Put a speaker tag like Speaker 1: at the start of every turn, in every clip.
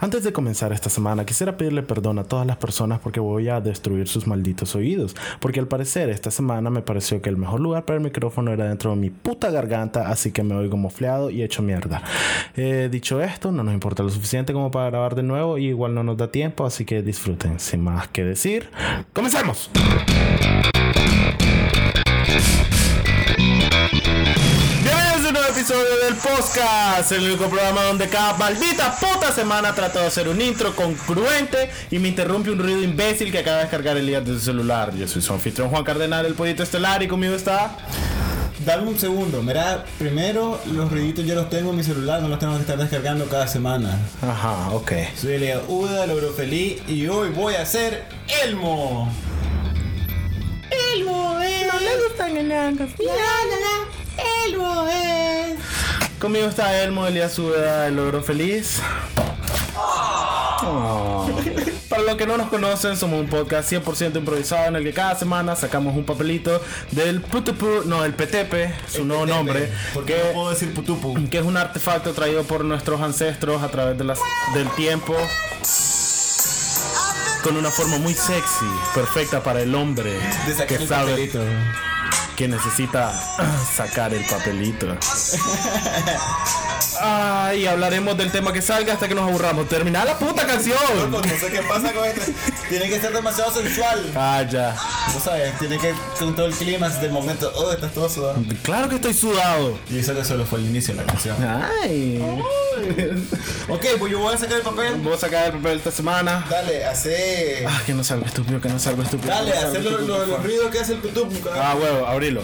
Speaker 1: Antes de comenzar esta semana, quisiera pedirle perdón a todas las personas porque voy a destruir sus malditos oídos. Porque al parecer, esta semana me pareció que el mejor lugar para el micrófono era dentro de mi puta garganta, así que me oigo mofleado y hecho mierda. Eh, dicho esto, no nos importa lo suficiente como para grabar de nuevo, y igual no nos da tiempo, así que disfruten. Sin más que decir, ¡comencemos! Bienvenidos a un nuevo episodio del podcast, el único programa donde cada maldita puta semana trato de hacer un intro congruente y me interrumpe un ruido imbécil que acaba de descargar el día de su celular. Yo soy su anfitrión Juan Cardenal, el pollito estelar, y conmigo está.
Speaker 2: Dame un segundo, mira, primero los ruiditos yo los tengo en mi celular, no los tengo que estar descargando cada semana.
Speaker 1: Ajá, ok.
Speaker 2: Soy Leo Uda, Logro Feliz y hoy voy a ser Elmo.
Speaker 3: Elmo es. No le gustan enanos. Mira, Elmo es.
Speaker 1: Conmigo está Elmo, Elías Ubeda, el logro feliz. Oh. Para los que no nos conocen, somos un podcast 100% improvisado en el que cada semana sacamos un papelito del putupu, no, el petepe, su nuevo nombre,
Speaker 2: Porque
Speaker 1: que,
Speaker 2: no puedo decir putupu.
Speaker 1: que es un artefacto traído por nuestros ancestros a través de las, del tiempo, con una forma muy sexy, perfecta para el hombre
Speaker 2: De sacar
Speaker 1: que
Speaker 2: el
Speaker 1: sabe
Speaker 2: papelito.
Speaker 1: que necesita sacar el papelito. Ah, y hablaremos del tema que salga hasta que nos aburramos. Termina la puta
Speaker 2: No
Speaker 1: canción.
Speaker 2: sé qué pasa con esto. Tiene que ser demasiado sensual.
Speaker 1: Calla.
Speaker 2: Vos sabes, tiene que con todo el clima desde el momento. Oh, estás todo sudado.
Speaker 1: Claro que estoy sudado.
Speaker 2: Y eso que solo fue el inicio de la canción.
Speaker 1: Ay.
Speaker 2: Oh. Ok, pues yo voy a sacar el papel.
Speaker 1: Voy a sacar el papel esta semana.
Speaker 2: Dale, hace.
Speaker 1: Ah, que no salga estúpido, que no salga estúpido.
Speaker 2: Dale,
Speaker 1: que no salga
Speaker 2: hacer los
Speaker 1: estúpido, por favor.
Speaker 2: ruidos que hace el putupu. cabrón.
Speaker 1: Ah, huevo, abrilo.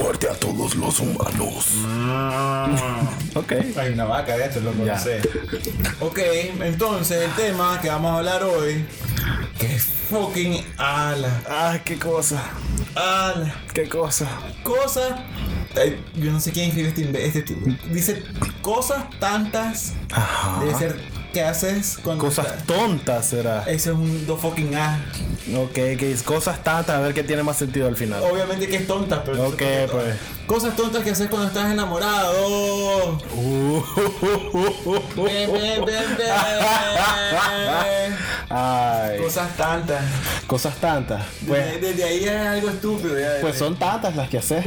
Speaker 4: Muerte a todos los humanos.
Speaker 1: Ah. Ok.
Speaker 2: Hay una vaca de esto, loco,
Speaker 1: Ya.
Speaker 2: no sé. Ok, entonces el tema que vamos a hablar hoy. Que es fucking ala,
Speaker 1: Ah, qué cosa.
Speaker 2: ala,
Speaker 1: Qué cosa.
Speaker 2: cosas. Ay, yo no sé quién escribe este, imbe- este tipo. Dice cosas tantas.
Speaker 1: Ajá.
Speaker 2: Debe ser que haces cuando.
Speaker 1: Cosas
Speaker 2: estás-
Speaker 1: tontas será.
Speaker 2: Eso es un do fucking A.
Speaker 1: Ok, que es cosas tantas, a ver qué tiene más sentido al final.
Speaker 2: Obviamente que es tonta, pero. no sé
Speaker 1: Ok,
Speaker 2: por qué.
Speaker 1: pues.
Speaker 2: Cosas tontas que haces cuando estás enamorado.
Speaker 1: Oh.
Speaker 2: Ven, ven, ven, ven.
Speaker 1: Ay,
Speaker 2: Cosas tantas.
Speaker 1: cosas tantas.
Speaker 2: Pues,
Speaker 1: Pues,
Speaker 2: desde, ahí es algo estúpido. Ya,
Speaker 1: pues son tantas las que haces.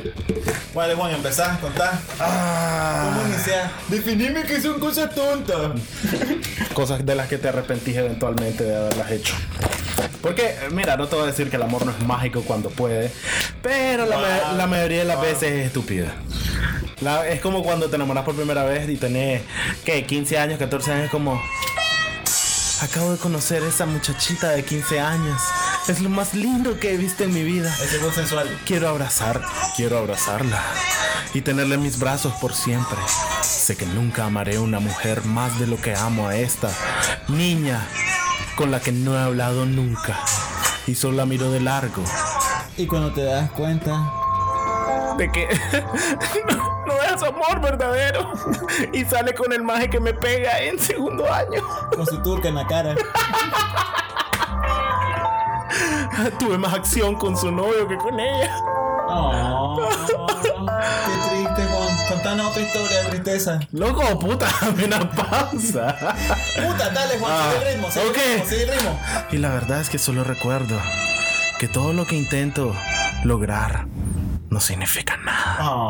Speaker 2: Vale, Juan, empezás a contar.
Speaker 1: Ah.
Speaker 2: ¿Cómo iniciar? Definime que son cosas tontas.
Speaker 1: Cosas de las que te arrepentís eventualmente de haberlas hecho. Porque, eh, mira, no te voy a decir que el amor no es mágico cuando puede, pero la, ma- la mayoría de las veces es estúpida. La- es como cuando te enamoras por primera vez y tenés, ¿qué? 15 años, 14 años, como... Acabo de conocer a esa muchachita de 15 años. Es lo más lindo que he visto en mi vida.
Speaker 2: Eso es consensual.
Speaker 1: Quiero abrazar, quiero abrazarla y tenerla en mis brazos por siempre. Sé que nunca amaré a una mujer más de lo que amo a esta niña con la que no he hablado nunca y solo la miro de largo.
Speaker 2: Y cuando te das cuenta,
Speaker 1: De que no es amor verdadero y sale con el maje que me pega en segundo año.
Speaker 2: con su turca en la cara.
Speaker 1: Tuve más acción con su novio que con ella.
Speaker 2: Oh, qué triste, Juan. Contanos otra historia de tristeza.
Speaker 1: Loco, puta, dame una pausa.
Speaker 2: Puta, dale, Juan,
Speaker 1: Ah,
Speaker 2: sigue el ritmo, sigue
Speaker 1: ok.
Speaker 2: el ritmo, sigue el ritmo.
Speaker 1: Y la verdad es que solo recuerdo que todo lo que intento lograr no significa nada.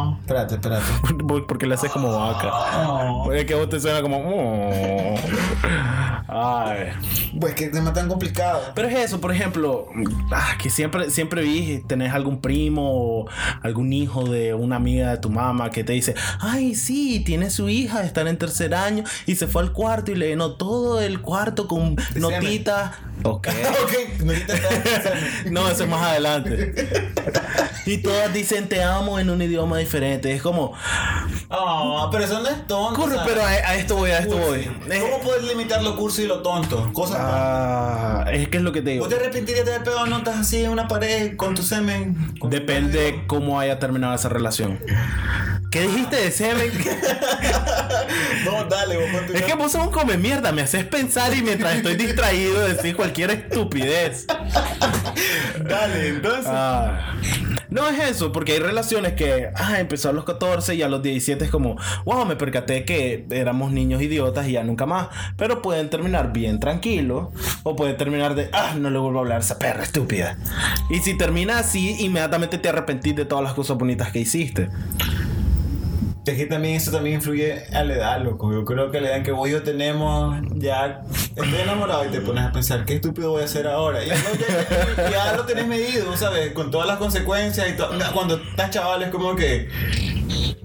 Speaker 2: Oh. Espérate, espérate.
Speaker 1: Voy Porque le haces como vaca.
Speaker 2: Oh.
Speaker 1: Porque que vos te suena como. "Oh". Ay.
Speaker 2: Pues que tema tan complicado.
Speaker 1: Pero es eso, por ejemplo, ah, que siempre, siempre vi, tenés algún primo o algún hijo de una amiga de tu mamá que te dice, ay, sí, tiene su hija, está en tercer año y se fue al cuarto y le llenó todo el cuarto con
Speaker 2: semen.
Speaker 1: notitas. Ok.
Speaker 2: ok, no intentas.
Speaker 1: No, eso es más adelante. Y todas dicen te amo en un idioma diferente. Es como,
Speaker 2: Oh, pero eso no es tonto.
Speaker 1: corre,
Speaker 2: o sea,
Speaker 1: pero a, a esto voy, a esto voy. Es,
Speaker 2: ¿Cómo puedes limitar lo curso y lo tonto? Cosas tontas.
Speaker 1: Ah, es que es lo que te digo.
Speaker 2: ¿Vos te arrepentirías de haber pegado notas así en una pared con tu semen? Con-
Speaker 1: Depende cómo haya terminado esa relación. ¿Qué dijiste de semen?
Speaker 2: No, dale, vos continúa.
Speaker 1: Es que vos sos un come mierda, me haces pensar y mientras estoy distraído decís cualquier estupidez.
Speaker 2: Dale, entonces.
Speaker 1: Ah. No es eso, porque hay relaciones que ah, empezó a los 14 y a los 17 es como, wow, me percaté que éramos niños idiotas y ya nunca más. Pero pueden terminar bien tranquilo o pueden terminar de, ah, no le vuelvo a hablar a esa perra estúpida. Y si termina así, inmediatamente te arrepentís de todas las cosas bonitas que hiciste.
Speaker 2: Es que también eso también influye a la edad, loco. Yo creo que a la edad en que vos y yo tenemos, ya estoy enamorado y te pones a pensar, qué estúpido voy a hacer ahora. Y ya, no, ya- ya- ya lo tenés medido, ¿sabes? Con todas las consecuencias y todo. Cuando estás chaval es como que...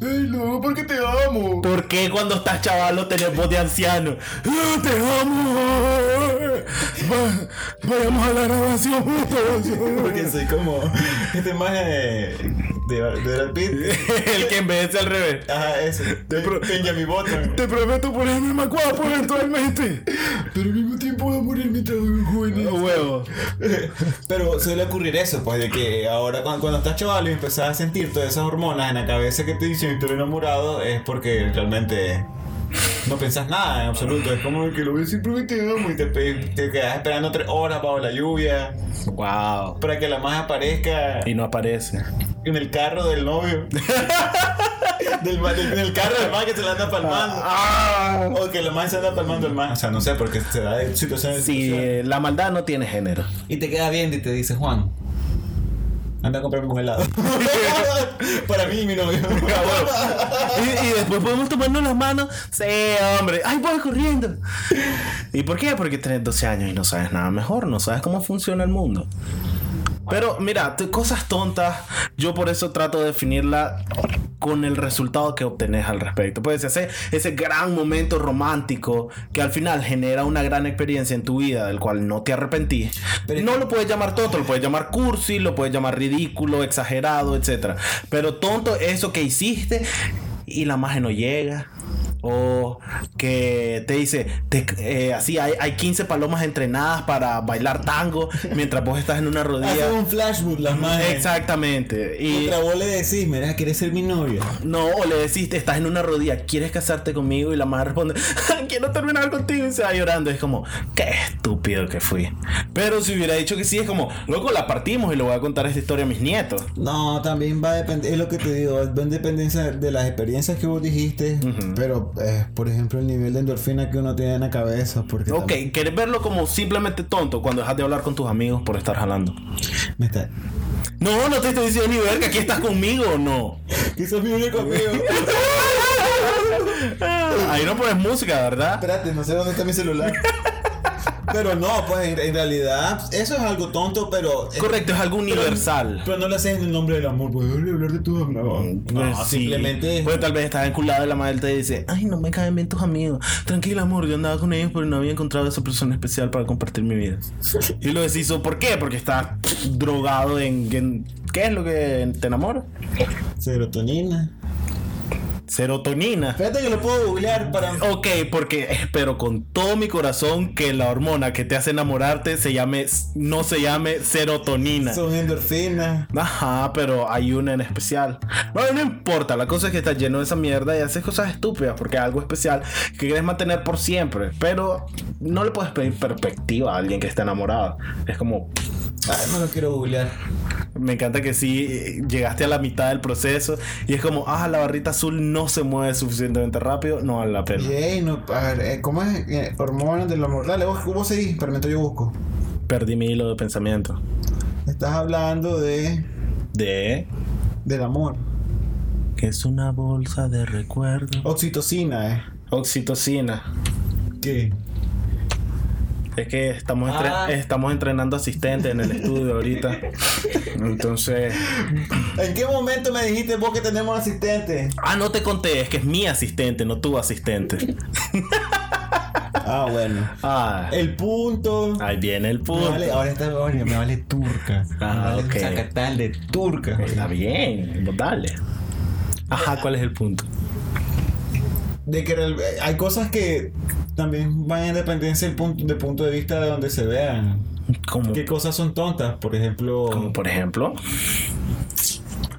Speaker 2: Ay, no, porque te amo.
Speaker 1: ¿Por qué cuando estás chavalo tenés voz de anciano? ¡Ah, ¡Te amo! Va- vayamos a la grabación juntos.
Speaker 2: Porque soy como esta imagen de, de, de Brad Pitt.
Speaker 1: El que envejece al revés.
Speaker 2: Ajá, eso. De
Speaker 1: pro-
Speaker 2: Benjamin Button.
Speaker 1: Te prometo ponerme más guapo eventualmente.
Speaker 2: Pero al mismo tiempo voy a morir mientras soy joven.
Speaker 1: Oh, Huevo.
Speaker 2: Pero suele ocurrir eso, pues, de que ahora cuando, cuando estás chaval y empezás a sentir todas esas hormonas en la cabeza que te dicen estoy enamorado, es porque realmente no pensás nada en absoluto. Es como que lo ves siempre que te amo y te, pe- te quedas esperando tres horas bajo la lluvia
Speaker 1: Wow.
Speaker 2: para que la más aparezca
Speaker 1: Y no aparece.
Speaker 2: en el carro del novio. del, ma- del- en el carro del más que se la
Speaker 1: Ah.
Speaker 2: anda palmando. O que la más se anda palmando el más. O sea, no sé, porque se da de situaciones. en
Speaker 1: Sí,
Speaker 2: situaciones.
Speaker 1: eh, la maldad no tiene género.
Speaker 2: Y te queda viendo y te dice, Juan, anda a comprarme un helado. Para mí y mi novio.
Speaker 1: Y, y después podemos tomarnos las manos. Sí, hombre. Ay, voy corriendo. ¿Y por qué? Porque tenés 12 años y no sabes nada mejor, no sabes cómo funciona el mundo. Pero mira, t- cosas tontas, yo por eso trato de definirla con el resultado que obtenés al respecto. Puedes hacer ese gran momento romántico que al final genera una gran experiencia en tu vida, del cual no te arrepentís.
Speaker 2: Pero es
Speaker 1: no lo puedes llamar tonto, lo puedes llamar cursi, lo puedes llamar ridículo, exagerado, etc. Pero tonto es eso que hiciste y la magia no llega. O que te dice, te- eh, así hay, hay 15 palomas entrenadas para bailar tango mientras vos estás en una
Speaker 2: Hace
Speaker 1: rodilla.
Speaker 2: un flashbook las manos.
Speaker 1: Exactamente. Y
Speaker 2: Otra vos le decís, mira, ¿quieres ser mi novio?
Speaker 1: no, o le decís, estás en una rodilla, ¿quieres casarte conmigo? Y la madre responde, "Ah, quiero terminar contigo. Y se va llorando. Es como, qué estúpido que fui. Pero si hubiera dicho que sí, es como, loco, la partimos y le voy a contar esta historia a mis nietos.
Speaker 2: No, también va a depender, es lo que te digo, va en dependencia de las experiencias que vos dijiste, pero eh, por ejemplo el nivel de endorfina que uno tiene en la cabeza, porque
Speaker 1: Ok,
Speaker 2: también-
Speaker 1: ¿querés verlo como simplemente tonto cuando dejas de hablar con tus amigos por estar jalando?
Speaker 2: me está...
Speaker 1: No, no te estoy diciendo ni verga, aquí estás conmigo o no.
Speaker 2: Que sos mi único amigo.
Speaker 1: Ah, Ahí no pones música, ¿verdad?
Speaker 2: Espérate, no sé dónde está mi celular. Pero no, pues en, en realidad eso es algo tonto, eh, pero...
Speaker 1: Correcto, es algo universal.
Speaker 2: Pero no lo haces en el nombre del amor, pues debería hablar de tus amigos. No,
Speaker 1: Pues sí.
Speaker 2: simplemente.
Speaker 1: Pues tal vez estás enculado y la madre te dice: Ay, no me caen bien tus amigos. Tranquila, amor, yo andaba con ellos, pero no había encontrado a esa persona especial para compartir mi vida. y lo deshizo, ¿por qué? Porque estás drogado en. en- ¿Qué es lo que te enamora?
Speaker 2: Serotonina.
Speaker 1: Serotonina.
Speaker 2: Espérate que lo puedo googlear para.
Speaker 1: Ok, porque espero con todo mi corazón que la hormona que te hace enamorarte se llame, no se llame serotonina.
Speaker 2: Son endorfinas.
Speaker 1: Ajá, pero hay una en especial. Bueno, no importa, la cosa es que estás lleno de esa mierda y haces cosas estúpidas porque hay algo especial que quieres mantener por siempre. Pero no le puedes pedir perspectiva a alguien que está enamorado. Es como,
Speaker 2: Ay, no lo quiero googlear.
Speaker 1: me encanta que sí eh, llegaste a la mitad del proceso y es como, ah, la barrita azul no se mueve suficientemente rápido, no vale la pena.
Speaker 2: Yay, no. A ver, eh, ¿cómo es? Eh, hormonas del amor. Dale, vos, vos seguís, pero mientras yo busco.
Speaker 1: Perdí mi hilo de pensamiento.
Speaker 2: Estás hablando de.
Speaker 1: De
Speaker 2: del amor.
Speaker 1: que es una bolsa de
Speaker 2: Oh.
Speaker 1: recuerdo.
Speaker 2: Oxitocina, ¿eh?
Speaker 1: Oxitocina.
Speaker 2: ¿Qué?
Speaker 1: Es que estamos, entre-
Speaker 2: Ah.
Speaker 1: estamos entrenando asistentes en el estudio ahorita. Entonces.
Speaker 2: ¿En qué momento me dijiste vos que tenemos asistente?
Speaker 1: Ah, no te conté, es que es mi asistente, no tu asistente.
Speaker 2: Ah, bueno.
Speaker 1: Ah,
Speaker 2: El punto.
Speaker 1: ahí viene el
Speaker 2: Me
Speaker 1: Ah, punto.
Speaker 2: vale, ahora está ahora me vale turca.
Speaker 1: Ah,
Speaker 2: me vale
Speaker 1: ok.
Speaker 2: Zacatal de turca.
Speaker 1: Está bien, vos dale. Ajá, ¿cuál es el punto?
Speaker 2: De que real- hay cosas que también van en dependencia del punto, del punto de vista de donde se vean.
Speaker 1: Como,
Speaker 2: ¿Qué cosas son tontas? Por ejemplo.
Speaker 1: como por ejemplo,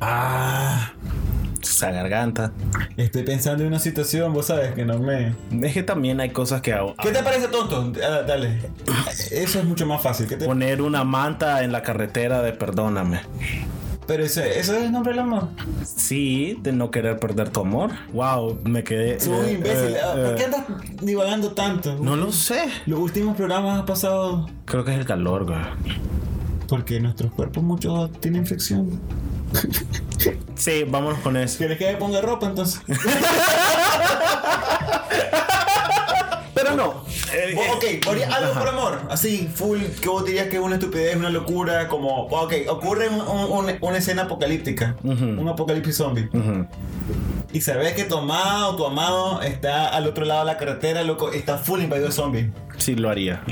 Speaker 2: Ah.
Speaker 1: esa garganta.
Speaker 2: Estoy pensando en una situación, vos sabes que no me.
Speaker 1: Es que también hay cosas que hago.
Speaker 2: ¿Qué te parece tonto? Ah, dale. Eso es mucho más fácil. ¿Qué te...
Speaker 1: Poner una manta en la carretera de perdóname.
Speaker 2: Pero ese, ese es el nombre del amor.
Speaker 1: Sí, de no querer perder tu amor. Wow, me quedé.
Speaker 2: Sos un
Speaker 1: eh,
Speaker 2: imbécil. Ah,
Speaker 1: eh,
Speaker 2: ¿Por qué
Speaker 1: eh,
Speaker 2: andas divagando tanto?
Speaker 1: No lo sé.
Speaker 2: Los últimos programas han pasado
Speaker 1: Creo que es el calor, güey.
Speaker 2: porque nuestros cuerpos muchos tienen fricción.
Speaker 1: Sí, vámonos con eso.
Speaker 2: ¿Quieres que me ponga ropa entonces?
Speaker 1: Pero no. eh,
Speaker 2: Vos, ok, haría algo por amor, así, full, que vos dirías que es una estupidez, una locura, como, ok, ocurre un- un- un- una escena apocalíptica, un apocalipsis zombie,
Speaker 1: Ujú.
Speaker 2: y sabes que tu amado o tu amado está al otro lado de la carretera, loco, está full invadido de zombies,
Speaker 1: Sí, lo haría.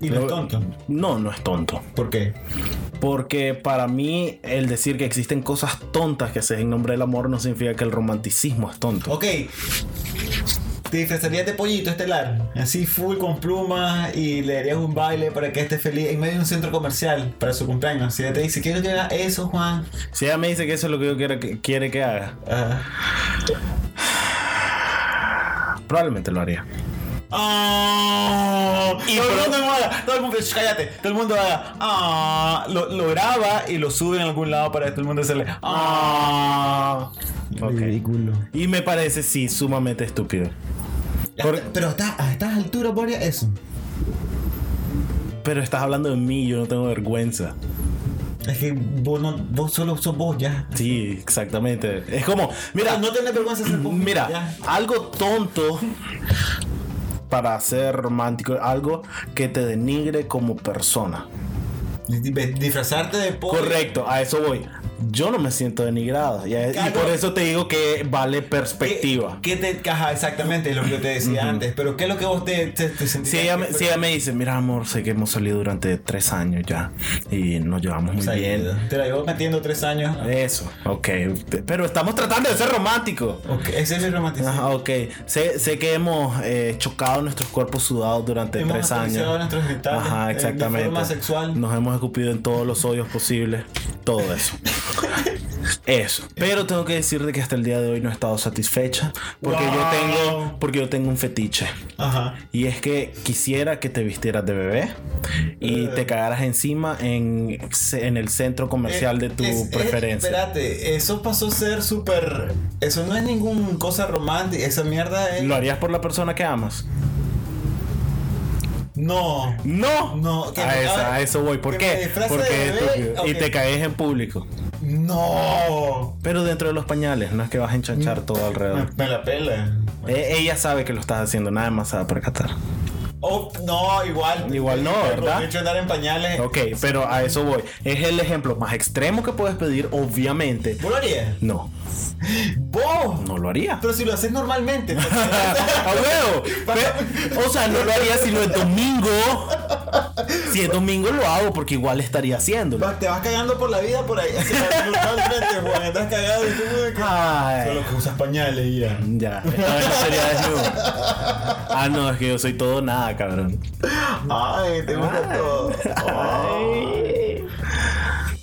Speaker 2: y no es tonto.
Speaker 1: No, no es tonto.
Speaker 2: ¿Por qué?
Speaker 1: Porque para mí el decir que existen cosas tontas que se hacen en nombre del amor no significa que el romanticismo es tonto.
Speaker 2: Ok, te disfrazarías de pollito estelar, así full con plumas, y le darías un baile para que esté feliz en medio de un centro comercial para su cumpleaños. Si ella te dice, quiero que haga eso, Juan.
Speaker 1: Si ella me dice que eso es lo que yo quiero que, quiere que haga,
Speaker 2: Ah.
Speaker 1: probablemente lo haría.
Speaker 2: ¡Ah! todo el mundo haga, todo el mundo, shh, cállate, todo el mundo haga, ¡Ah! lo, lo graba y lo sube en algún lado para que todo el mundo hacerle, ¡Ah!
Speaker 1: Ok. Y me parece, sí, sumamente estúpido. Por-
Speaker 2: Pero está, a estas alturas, Boria, eso.
Speaker 1: Pero estás hablando de mí, yo no tengo vergüenza.
Speaker 2: Es que vos, no, vos solo sos vos ya.
Speaker 1: Sí, exactamente. Es como, mira,
Speaker 2: Mira, no tenés vergüenza de ser vos.
Speaker 1: Mira,
Speaker 2: ya.
Speaker 1: algo tonto para ser romántico, algo que te denigre como persona.
Speaker 2: Di- Disfrazarte de pollo.
Speaker 1: Correcto, a eso voy. Yo no me siento denigrado y, a- y
Speaker 2: Claro.
Speaker 1: por eso te digo que vale perspectiva.
Speaker 2: ¿Qué, qué te ajá, exactamente lo que yo te decía antes? Pero ¿qué es lo que vos te, te, te sentís?
Speaker 1: Si ella, me, si ella me dice, mira amor, sé que hemos salido durante tres años ya y nos llevamos muy bien.
Speaker 2: Te la llevo metiendo tres años.
Speaker 1: Eso, ok. Pero estamos tratando de ser románticos.
Speaker 2: Ok, Ese es el romanticismo.
Speaker 1: Ajá, ok. Sé, sé que hemos eh, chocado nuestros cuerpos sudados durante
Speaker 2: Hemos
Speaker 1: tres
Speaker 2: acariciado
Speaker 1: años.
Speaker 2: nuestros genitales, eh,
Speaker 1: Ajá,
Speaker 2: de
Speaker 1: exactamente.
Speaker 2: forma sexual.
Speaker 1: Nos hemos escupido en todos los hoyos posibles. Todo eso. Eso. Pero tengo que decirte que hasta el día de hoy no he estado satisfecha. Porque yo
Speaker 2: Wow.
Speaker 1: tengo. Porque yo tengo un fetiche.
Speaker 2: Ajá.
Speaker 1: Y es que quisiera que te vistieras de bebé
Speaker 2: Eh.
Speaker 1: y te cagaras encima en, en el centro comercial de tu
Speaker 2: Eh, Es- es-
Speaker 1: preferencia.
Speaker 2: espérate, eso pasó a ser súper. Eso no es ningún cosa romántica. Esa mierda es.
Speaker 1: ¿Lo harías por la persona que amas?
Speaker 2: No.
Speaker 1: No,
Speaker 2: No, que
Speaker 1: a,
Speaker 2: me-
Speaker 1: esa-
Speaker 2: a
Speaker 1: a
Speaker 2: ver,
Speaker 1: eso voy. ¿Por
Speaker 2: que me
Speaker 1: qué?
Speaker 2: disfrace
Speaker 1: Porque
Speaker 2: de
Speaker 1: es
Speaker 2: bebé,
Speaker 1: estúpido.
Speaker 2: ok.
Speaker 1: y te caes en público.
Speaker 2: No.
Speaker 1: Pero dentro de los pañales, no es que vas a enchanchar
Speaker 2: Mm.
Speaker 1: todo
Speaker 2: Me,
Speaker 1: alrededor.
Speaker 2: me la pela.
Speaker 1: E- ella sabe que lo estás haciendo, nada más se va a percatar.
Speaker 2: Oh, no, igual.
Speaker 1: Igual no, ¿verdad?
Speaker 2: De hecho, andar en pañales.
Speaker 1: Ok, pero a eso voy. Es el ejemplo más extremo que puedes pedir, obviamente.
Speaker 2: ¿Vos lo harías?
Speaker 1: No,
Speaker 2: ¡Vos!
Speaker 1: no lo haría.
Speaker 2: Pero si lo haces normalmente. pues,
Speaker 1: ¡A huevo! Pe- O sea, no lo haría si no es domingo. Si es domingo lo hago porque igual estaría haciéndolo.
Speaker 2: vas- te vas cagando por la vida por ahí. Así, normalmente, Juan. Estás cagado y tú, güey, que-
Speaker 1: Ay.
Speaker 2: Solo que usas pañales y ya.
Speaker 1: Ya, esta vez no sería desnudo. Ah, no, es que yo soy todo nada, cabrón.
Speaker 2: Ay, te gusta todo. Ay.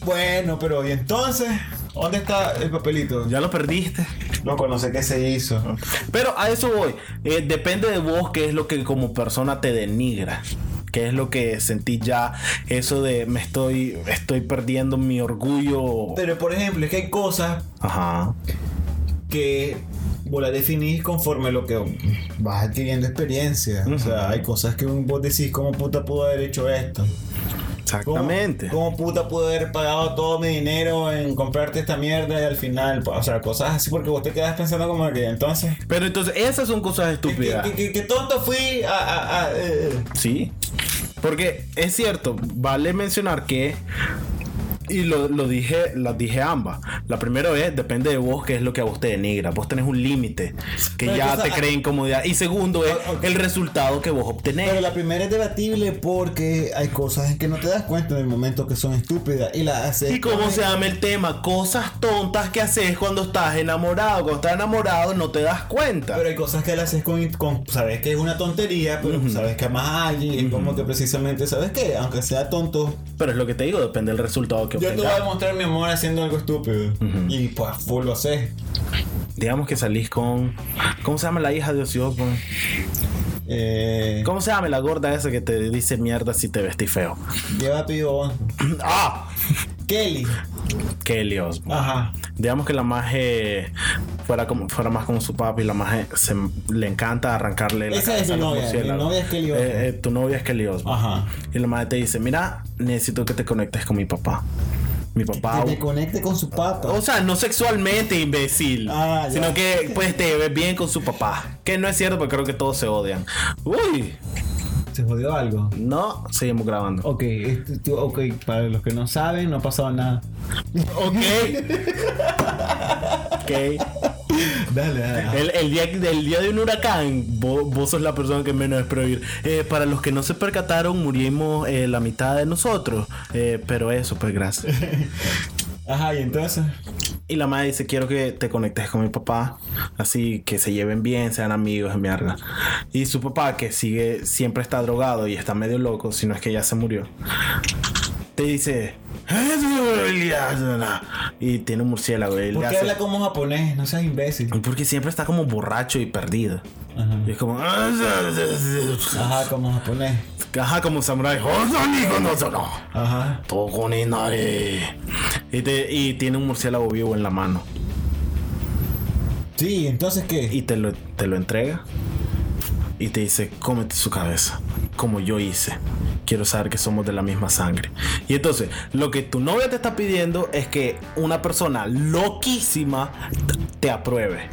Speaker 2: Bueno, pero y entonces, ¿dónde está el papelito?
Speaker 1: Ya lo perdiste.
Speaker 2: Loco, no sé qué se hizo.
Speaker 1: Pero a eso voy. Eh, depende de vos qué es lo que como persona te denigra. ¿Qué es lo que sentí ya? Eso de me estoy, estoy perdiendo mi orgullo.
Speaker 2: Pero por ejemplo, es que hay cosas
Speaker 1: Ajá.
Speaker 2: que vos las definís conforme lo que vas adquiriendo experiencia. O sea, hay cosas que vos decís, ¿cómo puta pudo haber hecho esto? ¿Cómo-
Speaker 1: Exactamente.
Speaker 2: ¿Cómo puta pude haber pagado todo mi dinero en comprarte esta mierda y al final? O sea, cosas así porque vos te quedas pensando como que entonces...
Speaker 1: Pero entonces, esas son cosas
Speaker 2: ¿Qué, qué-
Speaker 1: estúpidas.
Speaker 2: qué- qué- qué tonto fui a... a- a- eh, eh.
Speaker 1: Sí. Porque es cierto, vale mencionar que. Y lo, lo dije, las dije ambas. La primera vez depende de vos qué es lo que a vos te denigra. Vos tenés un límite que
Speaker 2: Pero
Speaker 1: ya
Speaker 2: que
Speaker 1: te
Speaker 2: esa-
Speaker 1: crea incomodidad. Y segundo es
Speaker 2: Ah, ok.
Speaker 1: el resultado que vos obtenés.
Speaker 2: Pero la primera es debatible porque hay cosas que no te das cuenta en el momento que son estúpidas y las haces.
Speaker 1: Y cómo se llama el tema, cosas tontas que haces cuando estás enamorado. Cuando estás enamorado no te das cuenta.
Speaker 2: Pero hay cosas que las haces con, con- Sabes que es una tontería, pero sabes que amas a alguien y es como que precisamente, ¿sabes qué? Aunque sea tonto,
Speaker 1: Pero es lo que te digo, depende del resultado que
Speaker 2: yo te voy a
Speaker 1: obtengas.
Speaker 2: demostrar mi amor haciendo algo estúpido. Y pues, full lo haces.
Speaker 1: Digamos que salís con. ¿Cómo se llama la hija de Ozzy Osbourne?
Speaker 2: Eh,
Speaker 1: ¿Cómo se llama la gorda esa que te dice mierda si te vestís feo?
Speaker 2: lleva pido.
Speaker 1: ¡Ah!
Speaker 2: Kelly.
Speaker 1: Kelly Osbourne.
Speaker 2: Ajá.
Speaker 1: Digamos que la maje fuera, como, fuera más como su papi, la maje se, le encanta arrancarle la
Speaker 2: Esa es
Speaker 1: cabeza
Speaker 2: mi
Speaker 1: a los
Speaker 2: novia, mi
Speaker 1: murciélagos.
Speaker 2: novia es Ah. Kelly Osbourne.
Speaker 1: Eh, eh, tu novia es Kelly Osbourne.
Speaker 2: Ajá.
Speaker 1: Y la madre te dice, mira, necesito que te conectes con mi papá. Mi papá...
Speaker 2: Que te conecte con su papá.
Speaker 1: O sea, no sexualmente, imbécil.
Speaker 2: Ah, ya.
Speaker 1: sino que pues te ves bien con su papá. Que no es cierto porque creo que todos se odian. Uy,
Speaker 2: ¿Se jodió algo?
Speaker 1: no, seguimos grabando.
Speaker 2: Ok, este- tú- ok, para los que no saben, no ha pasado nada.
Speaker 1: Ok. ok.
Speaker 2: Dale, dale.
Speaker 1: El, el día, el día de un huracán, vo- vos, sos la persona que menos es prohibir. Eh, para los que no se percataron, murimos eh, la mitad de nosotros. Eh, pero eso, pues gracias.
Speaker 2: Ajá, y entonces.
Speaker 1: Y la madre dice, quiero que te conectes con mi papá. Así que se lleven bien, sean amigos de mierda. Y su papá, que sigue, siempre está drogado y está medio loco, si no es que ya se murió. Te dice... Y tiene un murciélago. y le
Speaker 2: ¿Por qué
Speaker 1: hace-
Speaker 2: habla como japonés? No seas imbécil.
Speaker 1: Porque siempre está como borracho y perdido.
Speaker 2: Ajá.
Speaker 1: Y es como...
Speaker 2: Ajá, como japonés.
Speaker 1: Ajá, como samurai.
Speaker 2: Ajá.
Speaker 1: Tokuninare. Y, te- y tiene un murciélago vivo en la mano.
Speaker 2: Sí, entonces qué?
Speaker 1: Y te lo, te lo entrega. Y te dice, cómete su cabeza. Como yo hice. Quiero saber que somos de la misma sangre. Y entonces, lo que tu novia te está pidiendo es que una persona loquísima t- te apruebe.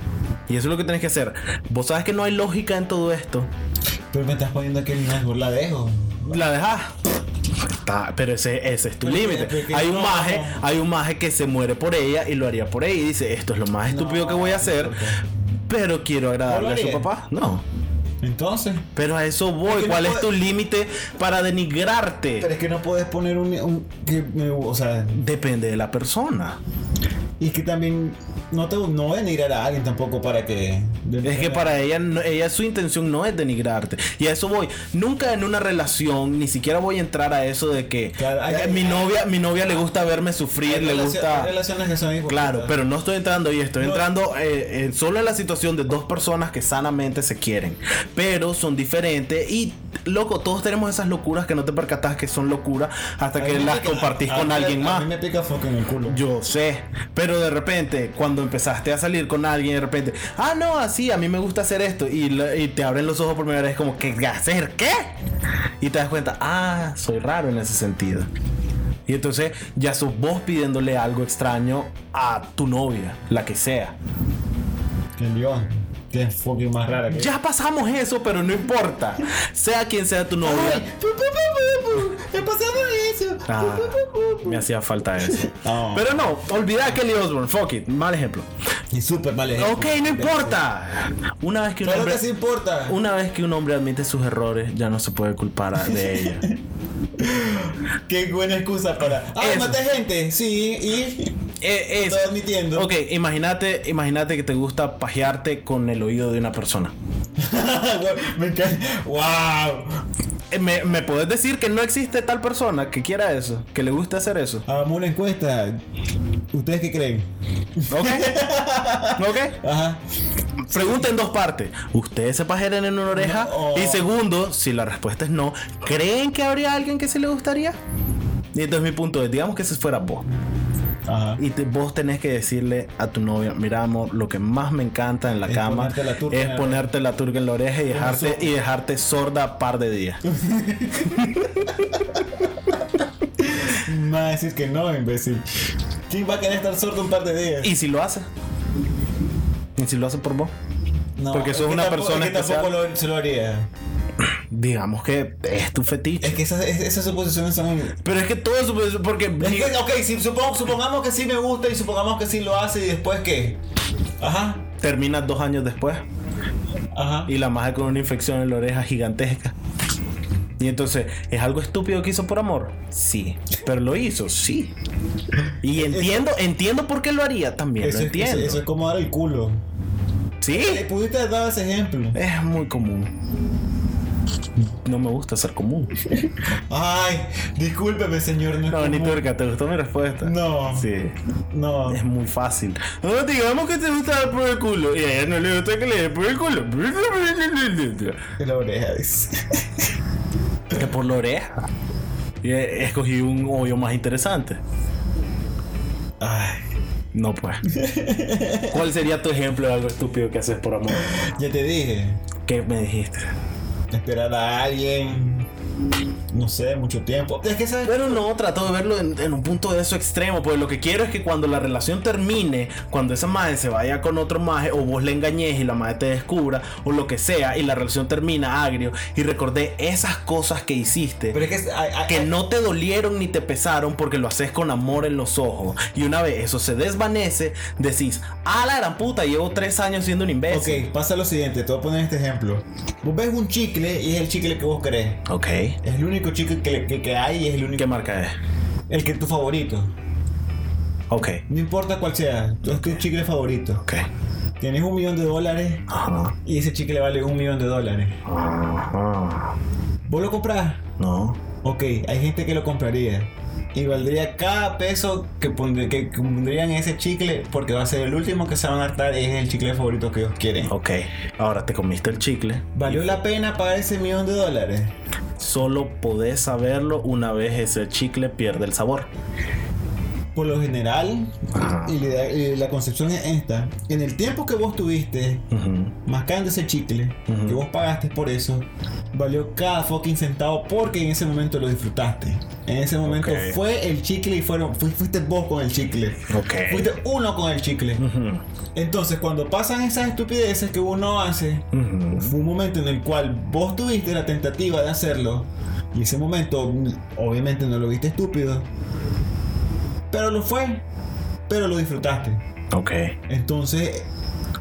Speaker 1: Y eso es lo que tienes que hacer. Vos sabes que no hay lógica en todo esto.
Speaker 2: Pero me estás poniendo aquí en Osborne, la dejo.
Speaker 1: La dejas. Está- pero ese, ese es tu
Speaker 2: Pero que-
Speaker 1: límite.
Speaker 2: pero que
Speaker 1: Hay un
Speaker 2: no.
Speaker 1: maje, hay un maje que se muere por ella y lo haría por ella y dice, esto es lo más estúpido que voy a hacer,
Speaker 2: ok.
Speaker 1: pero quiero agradarle a su
Speaker 2: haría?
Speaker 1: papá. No.
Speaker 2: Entonces.
Speaker 1: Pero a eso voy.
Speaker 2: que no
Speaker 1: ¿Cuál es
Speaker 2: puede-
Speaker 1: tu límite para denigrarte?
Speaker 2: Pero es que no puedes poner un. un- que me- o sea,
Speaker 1: Depende de la persona.
Speaker 2: y es que también. No te no voy a denigrar a alguien tampoco para que.
Speaker 1: Es que para ella, no- ella su intención no es denigrarte. Y a eso voy. Nunca en una relación, ni siquiera voy a entrar a eso de que
Speaker 2: Claro, hay-
Speaker 1: eh, mi
Speaker 2: hay-
Speaker 1: novia, mi novia le gusta verme sufrir,
Speaker 2: Hay
Speaker 1: le
Speaker 2: relacio-
Speaker 1: gusta.
Speaker 2: hay relaciones que son iguales.
Speaker 1: Claro, pero no estoy entrando ahí, estoy
Speaker 2: No.
Speaker 1: entrando eh, en- solo en la situación de dos personas que sanamente se quieren, pero son diferentes y loco, todos tenemos esas locuras que no te percatas que son locuras hasta
Speaker 2: A
Speaker 1: que
Speaker 2: mí me
Speaker 1: las
Speaker 2: pica-
Speaker 1: compartís
Speaker 2: a
Speaker 1: con
Speaker 2: mí-
Speaker 1: alguien
Speaker 2: A
Speaker 1: más.
Speaker 2: mí me pica foco en el culo.
Speaker 1: Yo sé, pero de repente, cuando empezaste a salir con alguien, de repente, ah, no, así, a mí me gusta hacer esto, y, la- y te abren los ojos por primera vez, como, ¿qué hacer? ¿Qué? Y te das cuenta, ah, soy raro en ese sentido. Y entonces ya sos vos pidiéndole algo extraño a tu novia, la que sea.
Speaker 2: Que el león. Que es fucking más rara que.
Speaker 1: Ya pasamos eso, pero no importa. Sea quien sea tu novia.
Speaker 2: Ay, pu, pu, pu, pu, pu, he pasado eso. Pu,
Speaker 1: Ah,
Speaker 2: pu, pu, pu, pu.
Speaker 1: me hacía falta eso.
Speaker 2: No.
Speaker 1: Pero no, olvida a Kelly Osbourne, fuck it, mal ejemplo.
Speaker 2: Y súper mal ejemplo.
Speaker 1: Ok, no importa. Una vez que un
Speaker 2: Claro
Speaker 1: hombre,
Speaker 2: que sí importa.
Speaker 1: una vez que un hombre admite sus errores, ya no se puede culpar a- de ella.
Speaker 2: Qué buena excusa para. Ah,
Speaker 1: Eso.
Speaker 2: maté gente. Sí, y.
Speaker 1: Eh, es-
Speaker 2: Estoy admitiendo.
Speaker 1: Ok, imagínate, imagínate que te gusta pajearte con el oído de una persona.
Speaker 2: me encanta. ¡Wow!
Speaker 1: Eh, ¿Me, me puedes decir que no existe tal persona que quiera eso, que le guste hacer eso?
Speaker 2: Hagamos una encuesta. ¿Ustedes qué creen?
Speaker 1: ¿Ok? ¿Ok?
Speaker 2: Ajá.
Speaker 1: Pregunta en dos partes. ¿Ustedes se pajean en una oreja?
Speaker 2: No.
Speaker 1: Y segundo, si la respuesta es no, ¿creen que habría alguien que se le gustaría? Y entonces mi punto es, digamos que ese fuera vos.
Speaker 2: Ajá.
Speaker 1: Y te- vos tenés que decirle a tu novia, mira amor, lo que más me encanta en la
Speaker 2: Es
Speaker 1: cama
Speaker 2: ponerte la turca
Speaker 1: es
Speaker 2: en la
Speaker 1: ponerte la turca en la oreja y dejarte,
Speaker 2: nosotros.
Speaker 1: y dejarte sorda par de días.
Speaker 2: Me va a decir que no, imbécil. ¿Quién va a querer estar sordo un par de días?
Speaker 1: ¿Y si lo hace? ¿Y si lo hace por vos?
Speaker 2: No,
Speaker 1: porque
Speaker 2: es
Speaker 1: sos
Speaker 2: que
Speaker 1: una
Speaker 2: tampoco-
Speaker 1: persona
Speaker 2: es que tampoco lo, se lo haría.
Speaker 1: Digamos que es tu
Speaker 2: Es
Speaker 1: fetiche.
Speaker 2: que esas, es- esas suposiciones son.
Speaker 1: Pero es que todo eso, porque...
Speaker 2: Es que, ok, si supong- supongamos que sí me gusta y supongamos que sí lo hace y después qué. Ajá.
Speaker 1: Terminas dos años después
Speaker 2: Ajá.
Speaker 1: y la maja con una infección en la oreja gigantesca. Y entonces, ¿es algo estúpido que hizo por amor? Sí. Pero lo hizo, sí. Y entiendo, entiendo por qué lo haría también.
Speaker 2: Eso
Speaker 1: lo
Speaker 2: es,
Speaker 1: entiendo.
Speaker 2: eso- eso es como dar el culo.
Speaker 1: Sí.
Speaker 2: Eh, Pudiste haber dado ese ejemplo.
Speaker 1: Es muy común. No me gusta ser común.
Speaker 2: Ay, discúlpeme, señor. No, es
Speaker 1: No, ni
Speaker 2: como-
Speaker 1: turca, ¿te gustó mi respuesta?
Speaker 2: No.
Speaker 1: Sí.
Speaker 2: No.
Speaker 1: Es muy fácil. No, digamos que te gusta dar por el culo. Y a ella no le gusta que le dé por el culo.
Speaker 2: En la oreja, dice.
Speaker 1: Que por la oreja. Y eh, escogí un hoyo más interesante.
Speaker 2: Ay,
Speaker 1: No, pues. ¿Cuál sería tu ejemplo de algo estúpido que haces por amor?
Speaker 2: ya te dije.
Speaker 1: ¿Qué me dijiste?
Speaker 2: Esperar a alguien. No sé, mucho tiempo. Es que sabes.
Speaker 1: Pero no, trato de verlo en, en un punto de eso extremo, pues lo que quiero es que cuando la relación termine, cuando esa maje se vaya con otro maje, o vos le engañes y la maje te descubra, o lo que sea, y la relación termina agrio, y recordé esas cosas que hiciste.
Speaker 2: Pero es que. ay, ay,
Speaker 1: que
Speaker 2: ay,
Speaker 1: no te dolieron ni te pesaron porque lo haces con amor en los ojos. Y una vez eso se desvanece, decís, a la gran puta, llevo tres años siendo un imbécil.
Speaker 2: Ok, pasa lo siguiente, te voy a poner este ejemplo. Vos ves un chicle y es el chicle que vos querés.
Speaker 1: Ok.
Speaker 2: Es el único chicle que, que, que hay y es el único.
Speaker 1: ¿Qué marca es?
Speaker 2: El que es tu favorito.
Speaker 1: Ok.
Speaker 2: No importa cuál sea, tú es tu chicle favorito.
Speaker 1: Ok.
Speaker 2: Tienes un millón de dólares
Speaker 1: Ajá.
Speaker 2: y ese chicle vale un millón de dólares.
Speaker 1: Ajá.
Speaker 2: ¿Vos lo comprás?
Speaker 1: No.
Speaker 2: Ok, hay gente que lo compraría. Y valdría cada peso que, pondr- que pondrían en ese chicle porque va a ser el último que se van a hartar y es el chicle favorito que ellos quieren.
Speaker 1: Ok. Ahora te comiste el chicle.
Speaker 2: ¿Valió la pena pagar ese millón de dólares?
Speaker 1: Solo podés saberlo una vez ese chicle pierde el sabor.
Speaker 2: Por lo general,
Speaker 1: Ajá.
Speaker 2: y la, y la concepción es esta. En el tiempo que vos tuviste
Speaker 1: Ujú.
Speaker 2: mascando ese chicle,
Speaker 1: Ujú.
Speaker 2: que vos pagaste por eso, valió cada fucking centavo porque en ese momento lo disfrutaste. En ese momento
Speaker 1: Ok.
Speaker 2: fue el chicle y fueron, fu- fuiste vos con el chicle.
Speaker 1: Ok.
Speaker 2: Fuiste uno con el chicle.
Speaker 1: Ujú.
Speaker 2: Entonces, cuando pasan esas estupideces que uno hace,
Speaker 1: Ujú.
Speaker 2: fue un momento en el cual vos tuviste la tentativa de hacerlo. Y ese momento, obviamente, no lo viste estúpido. Pero lo fue. Pero lo disfrutaste.
Speaker 1: Ok.
Speaker 2: Entonces,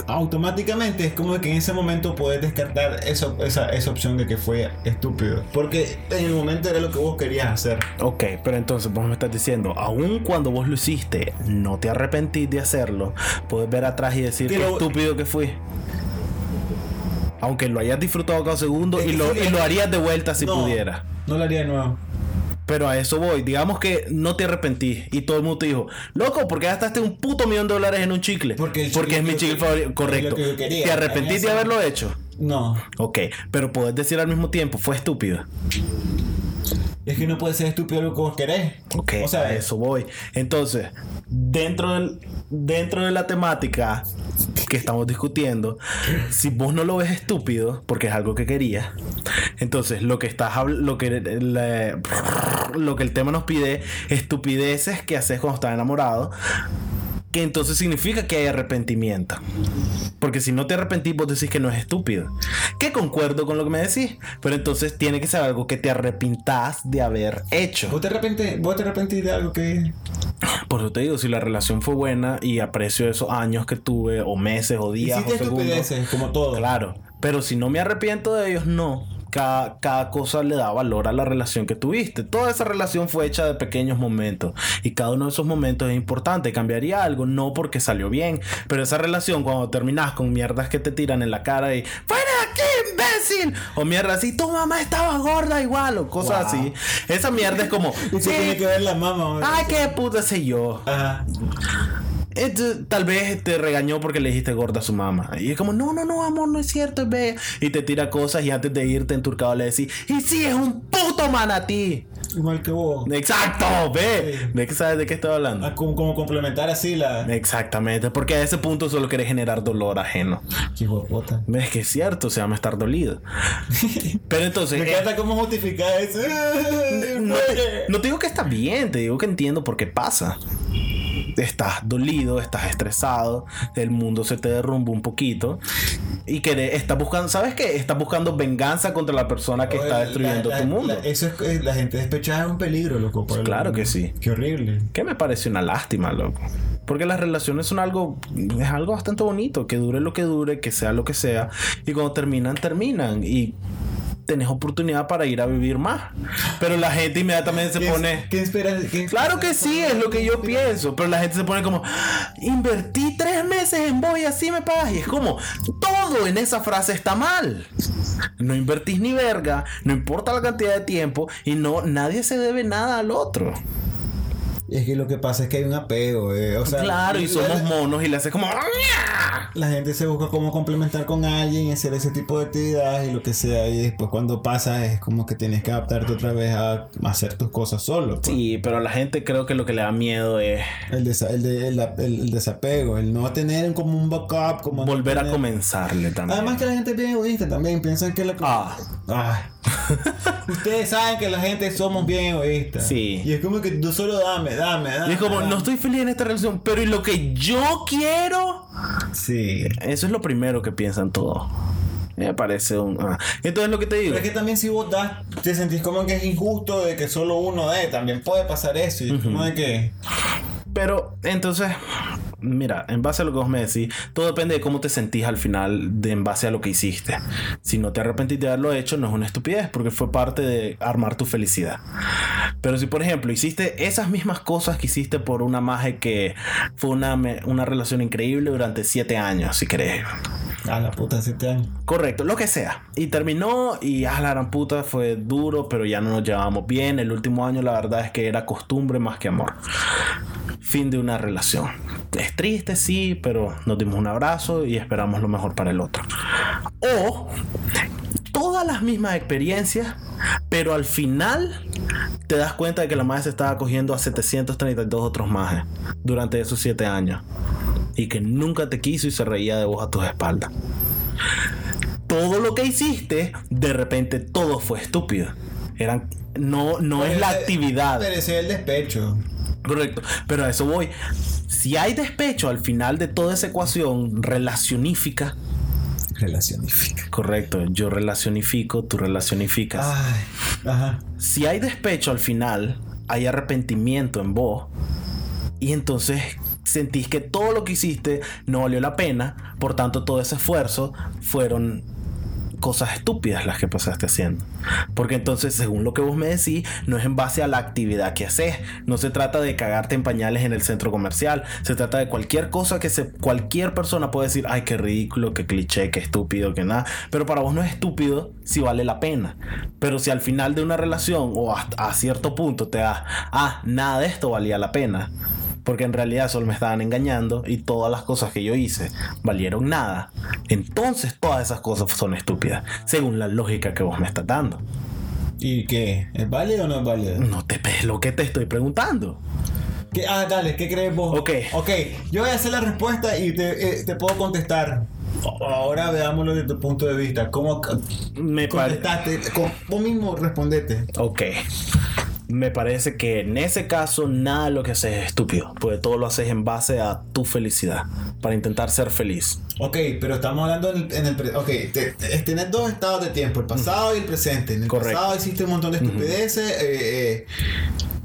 Speaker 2: automáticamente es como que en ese momento podés descartar eso- esa, esa opción de que fue estúpido. Porque en el momento era lo que vos querías hacer.
Speaker 1: Ok, pero entonces vos me estás diciendo, aun cuando vos lo hiciste, no te arrepentís de hacerlo, puedes ver atrás y decir
Speaker 2: Que
Speaker 1: qué
Speaker 2: lo-
Speaker 1: estúpido que fui. Aunque lo hayas disfrutado cada segundo
Speaker 2: Es
Speaker 1: y
Speaker 2: que
Speaker 1: lo,
Speaker 2: sí,
Speaker 1: y
Speaker 2: es-
Speaker 1: lo harías de vuelta si
Speaker 2: No,
Speaker 1: pudiera.
Speaker 2: No lo haría de nuevo.
Speaker 1: Pero a eso voy. Digamos que no te arrepentís y todo el mundo te dijo, loco, ¿por qué gastaste un puto millón de dólares en un chicle?
Speaker 2: Porque el chicle
Speaker 1: es mi
Speaker 2: que-
Speaker 1: chicle
Speaker 2: que-
Speaker 1: favorito. Correcto.
Speaker 2: lo que yo quería.
Speaker 1: ¿Te arrepentís
Speaker 2: Tenía
Speaker 1: de
Speaker 2: esa-
Speaker 1: haberlo hecho?
Speaker 2: No.
Speaker 1: Ok, pero podés decir al mismo tiempo, fue estúpido.
Speaker 2: Es que no puede ser estúpido lo que vos querés.
Speaker 1: Ok,
Speaker 2: O sea, eh,
Speaker 1: a eso voy. Entonces, dentro, del, dentro de la temática que estamos discutiendo, si vos no lo ves estúpido, porque es algo que querías, entonces lo que estás habl- lo que la- lo que el tema nos pide, estupideces que haces cuando estás enamorado, que entonces significa que hay arrepentimiento. Porque si no te arrepentís, vos decís que no es estúpido. Que concuerdo con lo que me decís, pero entonces tiene que ser algo que te arrepintás de haber hecho.
Speaker 2: ¿Vos te, arrepentís, vos te arrepentís de algo que...
Speaker 1: Por eso te digo, si la relación fue buena y aprecio esos años que tuve, o meses, o días,
Speaker 2: Hiciste
Speaker 1: o segundos.
Speaker 2: estupideces, como todo.
Speaker 1: Claro, pero si no me arrepiento de ellos, no. Cada, cada cosa le da valor a la relación que tuviste. Toda esa relación fue hecha de pequeños momentos y cada uno de esos momentos es importante. Cambiaría algo, no porque salió bien, pero esa relación cuando terminas con mierdas que te tiran en la cara y ¡Fuera de aquí, imbécil! O mierda así, tu mamá estaba gorda igual o cosas
Speaker 2: Wow.
Speaker 1: así. Esa mierda es como,
Speaker 2: Y
Speaker 1: "Sí,
Speaker 2: se tiene que ver la mamá. hombre.
Speaker 1: ¡Ay, qué puta sé yo!
Speaker 2: Ajá.
Speaker 1: Esto, Este tal vez te regañó porque le dijiste gorda a su mamá. Y es como, no, no, no, amor, no es cierto, es bella. Y te tira cosas y antes de irte enturcado le decís, y sí, es un puto manatí.
Speaker 2: Igual que vos.
Speaker 1: Exacto, ve.
Speaker 2: Sí.
Speaker 1: ¿De qué sabes de qué estoy hablando?
Speaker 2: Ah, como, como complementar así la...
Speaker 1: Exactamente, porque a ese punto solo querés generar dolor ajeno.
Speaker 2: Qué guapota.
Speaker 1: Es que es cierto, se llama estar dolido. Pero entonces...
Speaker 2: Me
Speaker 1: eh,
Speaker 2: encanta cómo justificar eso.
Speaker 1: no, no te digo que está bien, te digo que entiendo por qué pasa. Estás dolido, estás estresado, el mundo se te derrumba un poquito y que estás buscando, ¿sabes qué? Estás buscando venganza contra la persona que está
Speaker 2: La-
Speaker 1: destruyendo
Speaker 2: la-
Speaker 1: tu
Speaker 2: la-
Speaker 1: mundo. Pues
Speaker 2: eso es, eh, la gente despechada es un peligro, loco. para el
Speaker 1: Claro que
Speaker 2: mundo.
Speaker 1: sí.
Speaker 2: Qué horrible.
Speaker 1: Que me parece una lástima, loco. Porque las relaciones son algo, es algo bastante bonito, que dure lo que dure, que sea lo que sea, y cuando terminan, terminan y tenés oportunidad para ir a vivir más. Pero la gente inmediatamente se
Speaker 2: ¿Qué-
Speaker 1: pone...
Speaker 2: ¿Qué esperas? qué esperas?
Speaker 1: Claro que sí, es lo que yo pienso. Pero la gente se pone como, "Ah, invertí tres meses en vos y así me pagas. Y es como, todo en esa frase está mal. No invertís ni verga, no importa la cantidad de tiempo y no, nadie se debe nada al otro.
Speaker 2: Es que lo que pasa es que hay un apego, eh. O sea,
Speaker 1: claro, y somos monos y le haces como.
Speaker 2: La gente se busca cómo complementar con alguien y hacer ese tipo de actividades y lo que sea. Y después cuando pasa es como que tienes que adaptarte otra vez a hacer tus cosas solo. pues.
Speaker 1: Sí, pero a la gente creo que lo que le da miedo es
Speaker 2: El, desa- el de- el- el- el desapego, el no tener como un backup, como no
Speaker 1: volver a
Speaker 2: tener-
Speaker 1: comenzarle también.
Speaker 2: Además que la gente es bien egoísta también, piensan que la...
Speaker 1: Ah.
Speaker 2: Ay. Ustedes saben que la gente somos bien egoístas.
Speaker 1: Sí.
Speaker 2: Y es como que tú solo dame, dame, dame.
Speaker 1: Y es como,
Speaker 2: dame.
Speaker 1: no estoy feliz en esta relación, pero ¿y lo que yo quiero?
Speaker 2: Sí.
Speaker 1: Eso es lo primero que piensan todos. Me parece un. ah. Entonces, lo que te digo.
Speaker 2: Pero es que también si vos das, te sentís como que es injusto de que solo uno dé, también puede pasar eso. Y es como de que...
Speaker 1: Pero entonces, mira, en base a lo que vos me decís, todo depende de cómo te sentís al final, de en base a lo que hiciste. Si no te arrepentís de haberlo hecho, no es una estupidez, porque fue parte de armar tu felicidad. Pero si, por ejemplo, hiciste esas mismas cosas que hiciste por una maje que fue una, me- una relación increíble durante siete años, si querés.
Speaker 2: A la puta, este siete años.
Speaker 1: Correcto, lo que sea. Y terminó y ah, la gran puta fue duro, pero ya no nos llevábamos bien. El último año la verdad es que era costumbre más que amor. Fin de una relación. Es triste, sí, pero nos dimos un abrazo y esperamos lo mejor para el otro. O todas las mismas experiencias, pero al final te das cuenta de que la madre se estaba cogiendo a 732 otros majes durante esos 7 años. Y que nunca te quiso y se reía de vos a tus espaldas todo lo que hiciste, de repente todo fue estúpido. Eran, no, no es la
Speaker 2: Pero ese-
Speaker 1: actividad.
Speaker 2: Pero ese es el despecho.
Speaker 1: Correcto. Pero a eso voy. Si hay despecho al final de toda esa ecuación relacionífica.
Speaker 2: Relacionifica.
Speaker 1: Correcto. Yo relacionifico, tú relacionificas.
Speaker 2: Ay. Ajá.
Speaker 1: Si hay despecho al final, hay arrepentimiento en vos. Y entonces sentís que todo lo que hiciste no valió la pena. Por tanto, todo ese esfuerzo fueron cosas estúpidas las que pasaste haciendo. Porque entonces, según lo que vos me decís, no es en base a la actividad que haces. No se trata de cagarte en pañales en el centro comercial. Se trata de cualquier cosa que se, cualquier persona puede decir, ay, qué ridículo, qué cliché, qué estúpido, qué nada. Pero para vos no es estúpido si vale la pena. Pero si al final de una relación o hasta a cierto punto te das, ah, nada de esto valía la pena. Porque en realidad solo me estaban engañando y todas las cosas que yo hice valieron nada. Entonces todas esas cosas son estúpidas, según la lógica que vos me estás dando.
Speaker 2: ¿Y qué? ¿Es válido o no es válido?
Speaker 1: No te pe- lo que te estoy preguntando.
Speaker 2: ¿Qué? Ah, dale, ¿qué crees vos?
Speaker 1: Ok.
Speaker 2: Ok, yo voy a hacer la respuesta y te, eh, te puedo contestar. O- Ahora veámoslo desde tu punto de vista. ¿Cómo ca-
Speaker 1: Me parece...
Speaker 2: contestaste? Con- vos mismo respondete.
Speaker 1: Ok. Me parece que en ese caso nada de lo que haces es estúpido, porque todo lo haces en base a tu felicidad, para intentar ser feliz.
Speaker 2: Ok, pero estamos hablando en el, en el pre- Ok, te- te- es tener dos estados de tiempo, el pasado y el presente. En el
Speaker 1: Correcto.
Speaker 2: pasado hiciste un montón de estupideces, eh, eh,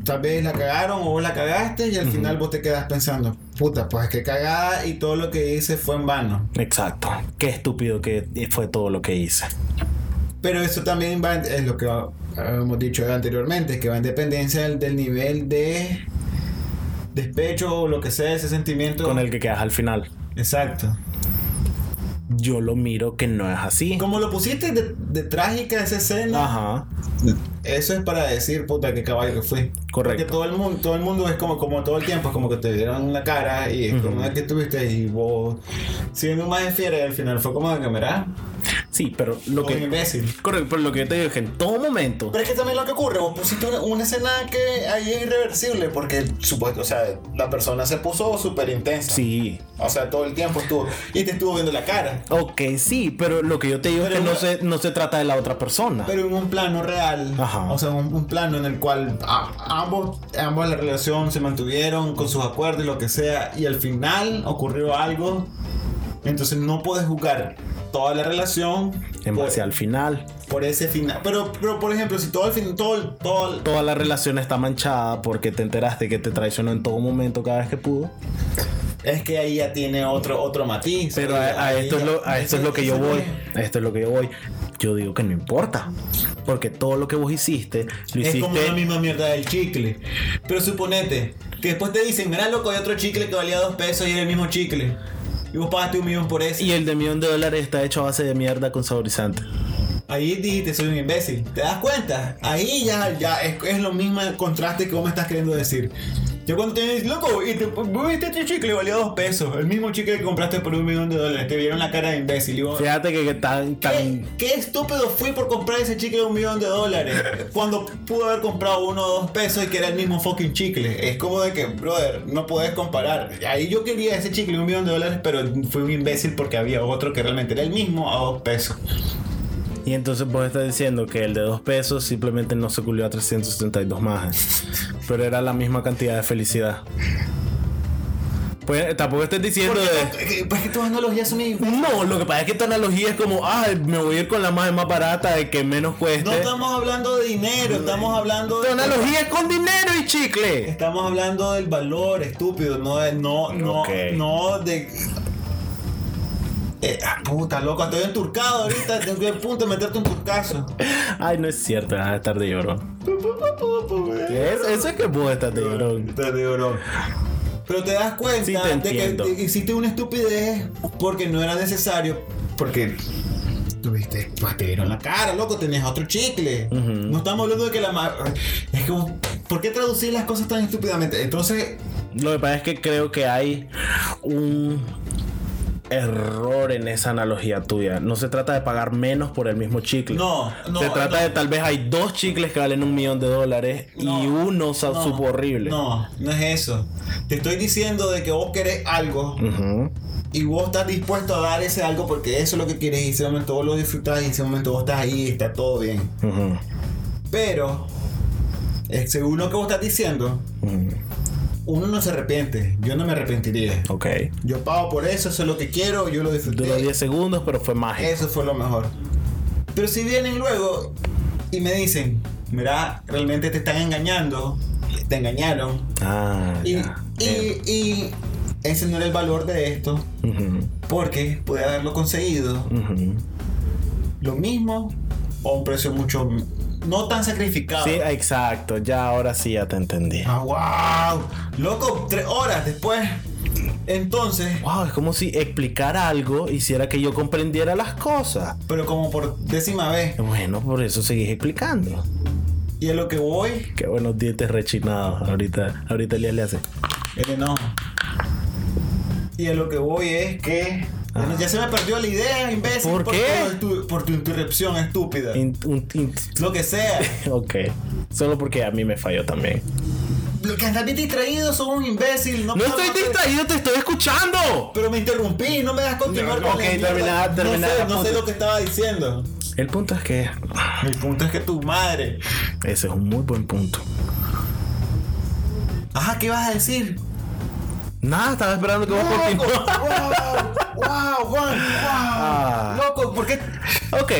Speaker 2: tal vez la cagaron o vos la cagaste y al final vos te quedas pensando, puta, pues que cagada y todo lo que hice fue en vano.
Speaker 1: Exacto. Qué estúpido que fue todo lo que hice.
Speaker 2: Pero eso también va, en- es lo que hemos dicho anteriormente, que va en dependencia del, del nivel de despecho o lo que sea, ese sentimiento.
Speaker 1: Con el que quedas al final.
Speaker 2: Exacto.
Speaker 1: Yo lo miro que no es así.
Speaker 2: Como lo pusiste de, de trágica esa escena,
Speaker 1: Ajá.
Speaker 2: eso es para decir, puta, qué caballo que fui.
Speaker 1: Correcto.
Speaker 2: Porque todo el mundo, todo el mundo es como, como todo el tiempo, es como que te vieron la cara y es como que tuviste y vos siendo más fiera y al final fue como de cámara.
Speaker 1: Sí, pero lo
Speaker 2: O un
Speaker 1: que.
Speaker 2: imbécil.
Speaker 1: Correcto, pero lo que yo te digo es que en todo momento.
Speaker 2: Pero es que también lo que ocurre, vos pusiste una, una escena que ahí es irreversible, porque supuesto, o sea, la persona se puso súper intensa.
Speaker 1: Sí.
Speaker 2: O sea, todo el tiempo estuvo. Y te estuvo viendo la cara.
Speaker 1: Ok, sí, pero lo que yo te digo
Speaker 2: Pero
Speaker 1: es que no
Speaker 2: una-
Speaker 1: se, no se trata de la otra persona.
Speaker 2: Pero en un plano real.
Speaker 1: Ajá.
Speaker 2: O sea, un, un plano en el cual a- ambos, ambos la relación se mantuvieron con sus acuerdos y lo que sea. Y al final ocurrió algo. Entonces no puedes juzgar toda la relación
Speaker 1: en
Speaker 2: por,
Speaker 1: base al final.
Speaker 2: por ese final. Pero, pero por ejemplo, si todo el fin, todo, el- todo, el-
Speaker 1: Toda la relación está manchada porque te enteraste que te traicionó en todo momento cada vez que pudo.
Speaker 2: Es que ahí ya tiene otro, otro matiz.
Speaker 1: Pero a, a esto, es lo, a esto es lo que yo voy. A esto es lo que yo voy. Yo digo que no importa. Porque todo lo que vos hiciste, lo
Speaker 2: Es
Speaker 1: hiciste.
Speaker 2: como la misma mierda del chicle. Pero suponete que después te dicen, mira loco, hay otro chicle que valía dos pesos y era el mismo chicle. Y vos pagaste un millón por ese.
Speaker 1: Y el de millón de dólares está hecho a base de mierda con saborizante.
Speaker 2: Ahí dijiste, soy un imbécil. ¿Te das cuenta? Ahí ya, ya es, es lo mismo el contraste que vos me estás queriendo decir. Yo cuando te dices, loco, y te bebiste este chicle, valió dos pesos. El mismo chicle que compraste por un millón de dólares. Te vieron la cara de imbécil. Y vos,
Speaker 1: Fíjate que, que tan,
Speaker 2: ¿Qué,
Speaker 1: tan.
Speaker 2: qué estúpido fui por comprar ese chicle de un millón de dólares cuando pude haber comprado uno o dos pesos y que era el mismo fucking chicle. Es como de que, brother, no puedes comparar. Ahí yo quería ese chicle de un millón de dólares, pero fui un imbécil porque había otro que realmente era el mismo a dos pesos.
Speaker 1: Y entonces vos estás diciendo que el de dos pesos simplemente no se culió a 372 más. eh. Pero era la misma cantidad de felicidad. Pues tampoco estás diciendo de.
Speaker 2: Porque, pues que tus analogías son iguales.
Speaker 1: No, lo que pasa es que tu analogía es como, ah, me voy a ir con la más, más barata de que menos cueste.
Speaker 2: No estamos hablando de dinero, estamos
Speaker 1: tu
Speaker 2: hablando de.
Speaker 1: analogía es con dinero y chicle.
Speaker 2: Estamos hablando del valor, estúpido, no de, no, no,
Speaker 1: Ok.
Speaker 2: no de. Eh, ah, puta loco, estoy enturcado ahorita, estoy a punto de meterte un turcazo.
Speaker 1: Ay, no es cierto, vas a estar de llorón. Es- Eso es que vos estás de llorón.
Speaker 2: Estás de oro. Pero te das cuenta
Speaker 1: Sí, te
Speaker 2: de que
Speaker 1: entiendo.
Speaker 2: te- hiciste una estupidez porque no era necesario. Porque tuviste, pues te vieron la cara, loco, tenías otro chicle. No estamos hablando de que la ma- Es como, ¿por qué traducir las cosas tan estúpidamente? Entonces,
Speaker 1: Lo que pasa es que creo que hay un error en esa analogía tuya. No se trata de pagar menos por el mismo chicle.
Speaker 2: No, no,
Speaker 1: Se trata
Speaker 2: no.
Speaker 1: de tal vez hay dos chicles que valen un millón de dólares y
Speaker 2: No,
Speaker 1: uno sa-
Speaker 2: no,
Speaker 1: supo horrible.
Speaker 2: No, no es eso. Te estoy diciendo de que vos querés algo
Speaker 1: Ujú.
Speaker 2: y vos estás dispuesto a dar ese algo porque eso es lo que quieres y en ese momento vos lo disfrutás y en ese momento vos estás ahí y está todo bien.
Speaker 1: Ujú.
Speaker 2: Pero, eh, según lo que vos estás diciendo, uno no se arrepiente. Yo no me arrepentiría.
Speaker 1: Ok.
Speaker 2: Yo pago por eso, eso es lo que quiero, yo lo
Speaker 1: Duró
Speaker 2: disfruté.
Speaker 1: 10 segundos, pero fue mágico.
Speaker 2: Eso fue lo mejor. Pero si vienen luego y me dicen, mira, realmente te están engañando, te engañaron,
Speaker 1: Ah,
Speaker 2: Y,
Speaker 1: ya.
Speaker 2: y, y ese no era el valor de esto,
Speaker 1: Ujú,
Speaker 2: porque pude haberlo conseguido
Speaker 1: ujú.
Speaker 2: lo mismo o a un precio mucho no tan sacrificado.
Speaker 1: Sí, exacto. Ya ahora sí ya te entendí.
Speaker 2: Ah, wow. Loco, tres horas después. Entonces,
Speaker 1: Wow, es como si explicara algo hiciera que yo comprendiera las cosas.
Speaker 2: pero como por décima vez.
Speaker 1: Bueno, por eso seguís explicando.
Speaker 2: Y a lo que voy,
Speaker 1: Qué buenos dientes rechinados. Ahorita, ahorita Elías le hace.
Speaker 2: el enojo. Y a lo que voy es que. bueno, ya se me perdió la idea, imbécil.
Speaker 1: Ah. ¿Por
Speaker 2: porque
Speaker 1: qué?
Speaker 2: lo estu- por tu interrupción estúpida.
Speaker 1: In- un- in-
Speaker 2: lo que sea.
Speaker 1: ok. Solo porque a mí me falló también.
Speaker 2: Lo que andas bien distraído, sos un imbécil. No,
Speaker 1: No
Speaker 2: puedo-
Speaker 1: estoy distraído, te estoy escuchando.
Speaker 2: Pero me interrumpí, no me das continuar
Speaker 1: No,
Speaker 2: con la
Speaker 1: ok,
Speaker 2: mierda.
Speaker 1: termina- termina
Speaker 2: no sé,
Speaker 1: la
Speaker 2: no sé
Speaker 1: punta.
Speaker 2: lo que estaba diciendo.
Speaker 1: El punto es que ah,
Speaker 2: El punto es que tu madre.
Speaker 1: ese es un muy buen punto.
Speaker 2: Ajá, ¿qué vas a decir?
Speaker 1: Nada, estaba esperando que vos
Speaker 2: ¡Loco!
Speaker 1: continuaras.
Speaker 2: ¡Wow! ¡Wow, Juan! ¡Wow!
Speaker 1: Ah.
Speaker 2: Loco, ¿por qué?
Speaker 1: Ok.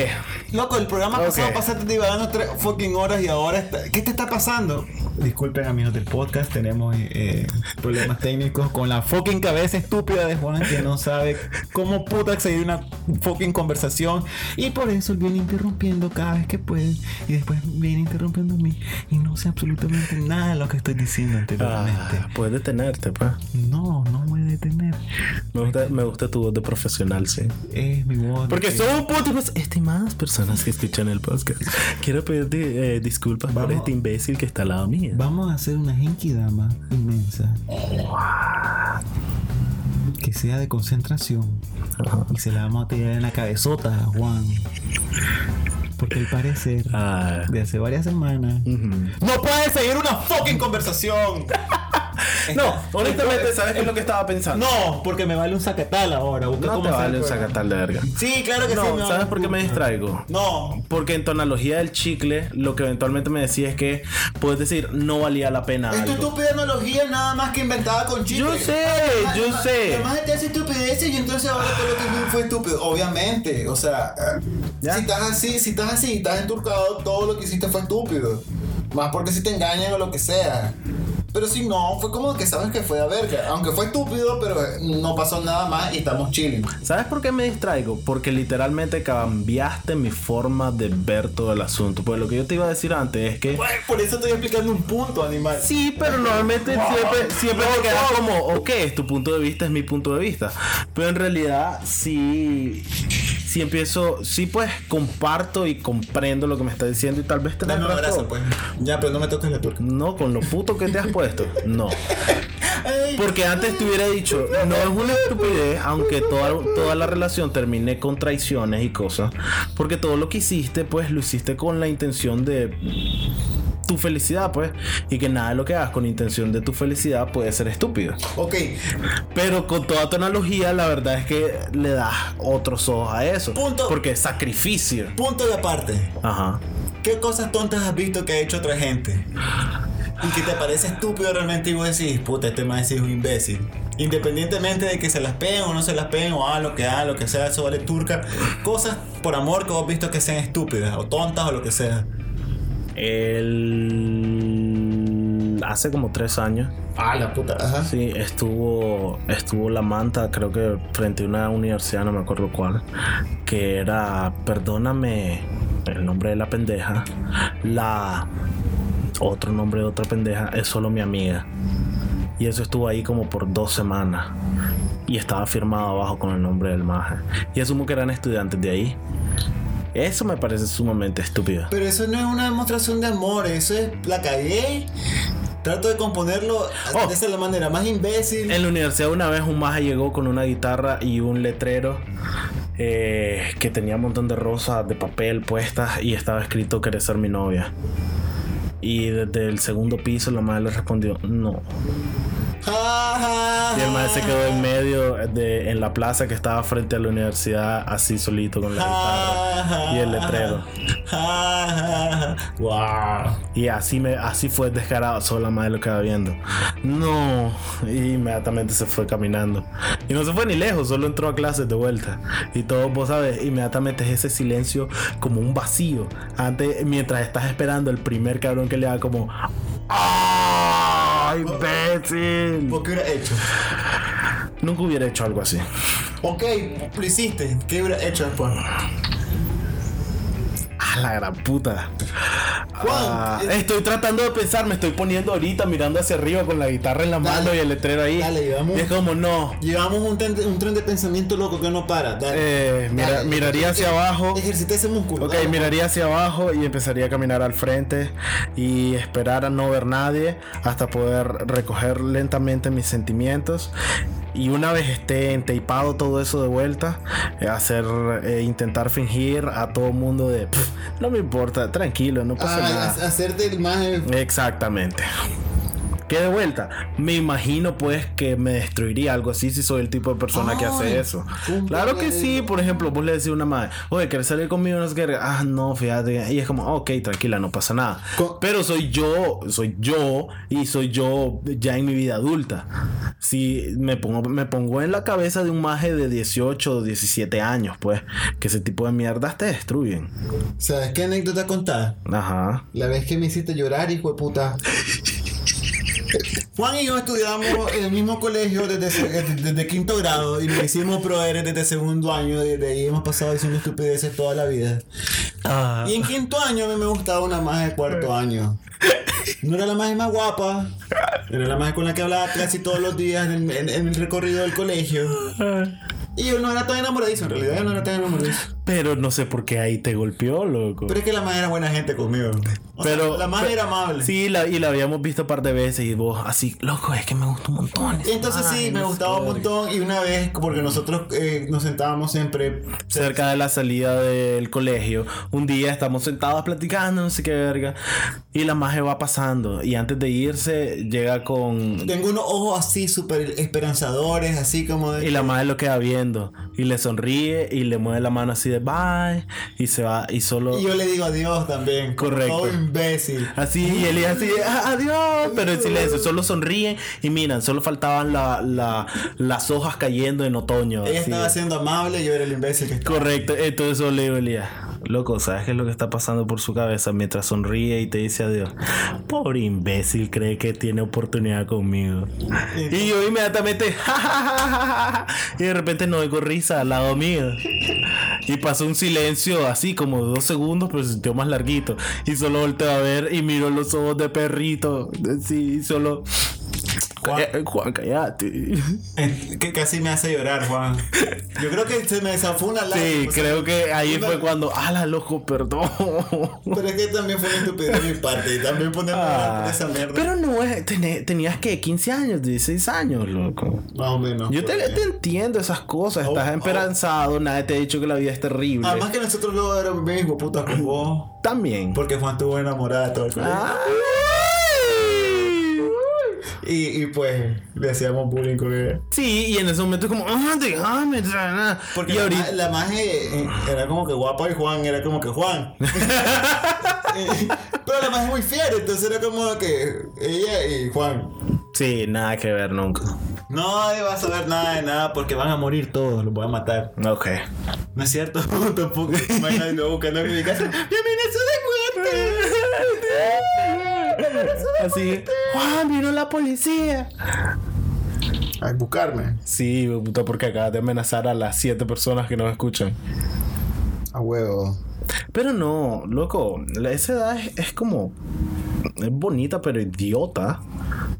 Speaker 2: Loco, el programa
Speaker 1: Ok.
Speaker 2: pasado pasaste divagando tres fucking horas y ahora está- ¿Qué te está pasando? Disculpen amigos del podcast, tenemos eh, problemas técnicos con la fucking cabeza estúpida de Juan que no sabe cómo puta acceder a una fucking conversación y por eso él viene interrumpiendo cada vez que puede y después viene interrumpiendo a mí y no sé absolutamente nada de lo que estoy diciendo anteriormente.
Speaker 1: Ah, puedes detenerte, pa.
Speaker 2: No, no voy a detener.
Speaker 1: Me gusta, me gusta tu voz de profesional, sí.
Speaker 2: Es mi voz.
Speaker 1: Porque
Speaker 2: Sí.
Speaker 1: son un puto más estimadas personas que escuchan el podcast. Quiero pedirte eh, disculpas por
Speaker 2: Vamos.
Speaker 1: este imbécil que está al lado mío.
Speaker 2: Vamos a hacer una Genki Dama inmensa. Que sea de concentración. Y se la vamos a tirar en la cabezota a Juan. Porque al parecer,
Speaker 1: Ah.
Speaker 2: de hace varias semanas. ¡No puede seguir una fucking conversación!
Speaker 1: No, honestamente, ¿sabes qué es lo que estaba pensando?
Speaker 2: No, porque me vale un sacatal ahora. Busca
Speaker 1: No,
Speaker 2: cómo
Speaker 1: te
Speaker 2: hacer
Speaker 1: vale
Speaker 2: el
Speaker 1: un
Speaker 2: programa.
Speaker 1: sacatal de verga.
Speaker 2: Sí, claro que sí.
Speaker 1: No,
Speaker 2: me
Speaker 1: ¿sabes
Speaker 2: vale.
Speaker 1: por qué me distraigo?
Speaker 2: No.
Speaker 1: Porque en tu analogía del chicle, lo que eventualmente me decía es que puedes decir no valía la pena
Speaker 2: Es tu
Speaker 1: algo.
Speaker 2: estúpida analogía nada más que inventada con chistes.
Speaker 1: Yo sé, yo sé.
Speaker 2: Además te hace estupideces y entonces ahora todo lo que fue estúpido. Obviamente, o sea, eh,
Speaker 1: ¿Ya?
Speaker 2: si estás así, si estás así, estás enturcado, todo lo que hiciste fue estúpido. Más porque si te engañan o lo que sea. Pero si no, fue como que sabes que fue a verga. Aunque fue estúpido, pero eh, no pasó nada más y estamos chilling.
Speaker 1: ¿Sabes por qué me distraigo? Porque literalmente cambiaste mi forma de ver todo el asunto. Pues lo que yo te iba a decir antes es que...
Speaker 2: Güey, Por eso estoy explicando un punto, animal.
Speaker 1: Sí, pero normalmente siempre, siempre te quedas como, ok, es tu punto de vista, es mi punto de vista. Pero en realidad, sí, sí empiezo, sí pues comparto y comprendo lo que me está diciendo y tal vez te
Speaker 5: Dame un abrazo, pues. Ya, pero no me toques la turca.
Speaker 1: No, con lo puto que te has puesto. No. Porque antes te hubiera dicho, no es una estupidez, aunque toda, toda la relación termine con traiciones y cosas. Porque todo lo que hiciste, pues lo hiciste con la intención de tu felicidad, pues. Y que nada de lo que hagas con intención de tu felicidad puede ser estúpido.
Speaker 5: Ok,
Speaker 1: Pero con toda tu analogía, la verdad es que le das otros ojos a eso.
Speaker 5: Punto.
Speaker 1: Porque es sacrificio.
Speaker 5: punto y aparte.
Speaker 1: Ajá.
Speaker 5: ¿Qué cosas tontas has visto que ha hecho otra gente? Y que te parece estúpido realmente y vos decís, puta, este man sí es un imbécil. Independientemente de que se las peguen o no se las peguen, o ah, lo que ah, lo que sea, eso vale turca. Cosas por amor que vos has visto que sean estúpidas, o tontas, o lo que sea.
Speaker 1: El... Hace como tres años.
Speaker 5: Ah, la puta, ajá.
Speaker 1: Sí, estuvo, estuvo la manta, creo que frente a una universidad, no me acuerdo cuál, que era, perdóname, el nombre de la pendeja, la, otro nombre de otra pendeja, es solo mi amiga. Y eso estuvo ahí como por dos semanas. Y estaba firmado abajo con el nombre del maje. Y asumo que eran estudiantes de ahí. Eso me parece sumamente estúpido.
Speaker 5: Pero eso no es una demostración de amor, eso es la cagué. Trato de componerlo
Speaker 1: Oh.
Speaker 5: de esa la manera más imbécil.
Speaker 1: En la universidad una vez un maje llegó con una guitarra y un letrero eh, que tenía un montón de rosas de papel puestas y estaba escrito querer ser mi novia. Y desde el segundo piso la madre le respondió no. Y el maje se quedó en medio de, en la plaza que estaba frente a la universidad así solito con la guitarra y el letrero.
Speaker 5: wow.
Speaker 1: Y así me así fue descarado, solo la madre lo quedaba viendo. No, y inmediatamente se fue caminando. Y no se fue ni lejos, solo entró a clases de vuelta. Y todo, vos sabes, inmediatamente es ese silencio como un vacío. Antes, mientras estás esperando el primer cabrón que le haga como... ¡Ay, imbécil!
Speaker 5: ¿Por qué hubiera hecho?
Speaker 1: Nunca hubiera hecho algo así.
Speaker 5: Ok, lo hiciste. ¿Qué hubiera hecho después?
Speaker 1: A la gran puta. Ah,
Speaker 5: eh,
Speaker 1: estoy tratando de pensar, me estoy poniendo ahorita mirando hacia arriba con la guitarra en la
Speaker 5: Dale.
Speaker 1: mano y el letrero ahí.
Speaker 5: Dale, vamos.
Speaker 1: y es como, no.
Speaker 5: Llevamos un, tren de- un tren de pensamiento loco que no para. Dale.
Speaker 1: Eh, mira-
Speaker 5: Dale.
Speaker 1: miraría hacia abajo.
Speaker 5: Ejercita ese músculo.
Speaker 1: Ok,
Speaker 5: dale.
Speaker 1: miraría hacia abajo y empezaría a caminar al frente y esperar a no ver nadie hasta poder recoger lentamente mis sentimientos. Y una vez esté entapado todo eso de vuelta, eh, hacer, eh, intentar fingir a todo mundo de, "Pff, no me importa, tranquilo, no pasa
Speaker 5: Ah,
Speaker 1: nada.
Speaker 5: ha- hacerte el más. eh,
Speaker 1: Exactamente. Que de vuelta, me imagino pues que me destruiría algo así si soy el tipo de persona que
Speaker 5: Ay,
Speaker 1: hace eso.
Speaker 5: un
Speaker 1: Claro que
Speaker 5: verdadero.
Speaker 1: sí, por ejemplo, vos le decís a una madre, oye, ¿quieres salir conmigo? No sé qué". Ah, no, fíjate. Y es como, ok, tranquila, no pasa nada.
Speaker 5: Co-
Speaker 1: Pero soy yo, soy yo y soy yo ya en mi vida adulta. Si me pongo, me pongo en la cabeza de un maje de 18 o 17 años, pues, que ese tipo de mierdas te destruyen.
Speaker 5: ¿Sabes qué anécdota contar?
Speaker 1: Ajá.
Speaker 5: La vez que me hiciste llorar, hijo de puta. Juan y yo estudiamos en el mismo colegio desde, se- desde- desde quinto grado y nos hicimos proveres desde segundo año. Desde ahí hemos pasado diciendo estupideces toda la vida. Y en quinto año a mí me gustaba una más de cuarto año. No era la más más guapa, era la más con la que hablaba casi todos los días en el, en- en el recorrido del colegio. Y yo no era tan enamoradizo, en realidad yo no era tan enamoradizo.
Speaker 1: Pero no sé por qué ahí te golpeó, loco.
Speaker 5: Pero es que la más era buena gente conmigo. O sea,
Speaker 1: Pero-
Speaker 5: la más
Speaker 1: pero-
Speaker 5: era amable.
Speaker 1: Sí, la- y la habíamos visto un par de veces y vos así, loco, es que me gusta un montón.
Speaker 5: Y Entonces sí, me gustaba un montón y una vez, porque nosotros eh, nos sentábamos siempre
Speaker 1: Cerca de la salida del colegio, un día estamos sentados platicando, no sé qué verga, y la magia va pasando. Y antes de irse, llega con.
Speaker 5: Tengo unos ojos así súper esperanzadores, así como de...
Speaker 1: Y la madre lo queda viendo, y le sonríe, y le mueve la mano así de bye, y se va, y solo.
Speaker 5: Y yo le digo adiós también. como
Speaker 1: Correcto.
Speaker 5: Todo imbécil.
Speaker 1: Así, y él iba así, "Ah, adiós, pero en silencio, solo sonríen y miran, solo faltaban la- la- las hojas cayendo en otoño.
Speaker 5: Ella
Speaker 1: así.
Speaker 5: estaba siendo amable y yo era el imbécil que estaba...
Speaker 1: Correcto, entonces eso le dolía. Loco, ¿sabes qué es lo que está pasando por su cabeza mientras sonríe y te dice adiós? Pobre imbécil, cree que tiene oportunidad conmigo. Y yo inmediatamente, "Ja, ja, ja, ja, ja", y de repente no oigo risa al lado mío. Y pasó un silencio así como de dos segundos, pero se sintió más larguito. Y solo volteo a ver y miro los ojos de perrito. Sí, y solo. Calla- eh, Juan, cállate.
Speaker 5: Eh, Que casi me hace llorar, Juan. Yo creo que se me desafó una lágrima.
Speaker 1: Sí,
Speaker 5: o sea,
Speaker 1: creo que ahí
Speaker 5: una-
Speaker 1: fue cuando. ¡Hala, loco, perdón!
Speaker 5: Pero es que también fue una estupidez de mi parte. Y también ponerme a hablar por esa mierda.
Speaker 1: Ah, Pero no es. tené- Tenías que 15 años, 16 años, loco.
Speaker 5: Más o menos. pues.
Speaker 1: Yo te,
Speaker 5: porque-
Speaker 1: te entiendo esas cosas. Estás
Speaker 5: Oh, oh.
Speaker 1: esperanzado, nadie te ha dicho que la vida es terrible.
Speaker 5: Además que nosotros luego éramos bien hijo putas con vos.
Speaker 1: También.
Speaker 5: Porque Juan tuvo enamorada todo el colegio.
Speaker 1: Ah, Ay.
Speaker 5: Y, y pues le hacíamos bullying con él.
Speaker 1: Sí, y en ese momento es como, ah, déjame, tra, na".
Speaker 5: Porque
Speaker 1: y
Speaker 5: la,
Speaker 1: ahorita,
Speaker 5: ma- la maje eh, era como que guapa y Juan era como que Juan. Eh, Pero la maje es muy fiera, entonces era como que ella y Juan.
Speaker 1: sí, nada que ver nunca.
Speaker 5: No eh, vas a ver nada de nada porque van a morir todos, los voy a matar.
Speaker 1: Ok.
Speaker 5: No es cierto, tampoco. Imagínate yo buscando en mi casa. ¡Bienvenido de
Speaker 1: Así, Juan, vino la policía.
Speaker 5: muerte! A buscarme,
Speaker 1: Sí, puta, porque acabas de amenazar a las siete personas que nos escuchan.
Speaker 5: a huevo.
Speaker 1: Pero no, loco, la- esa edad es, es como. Es bonita, pero idiota.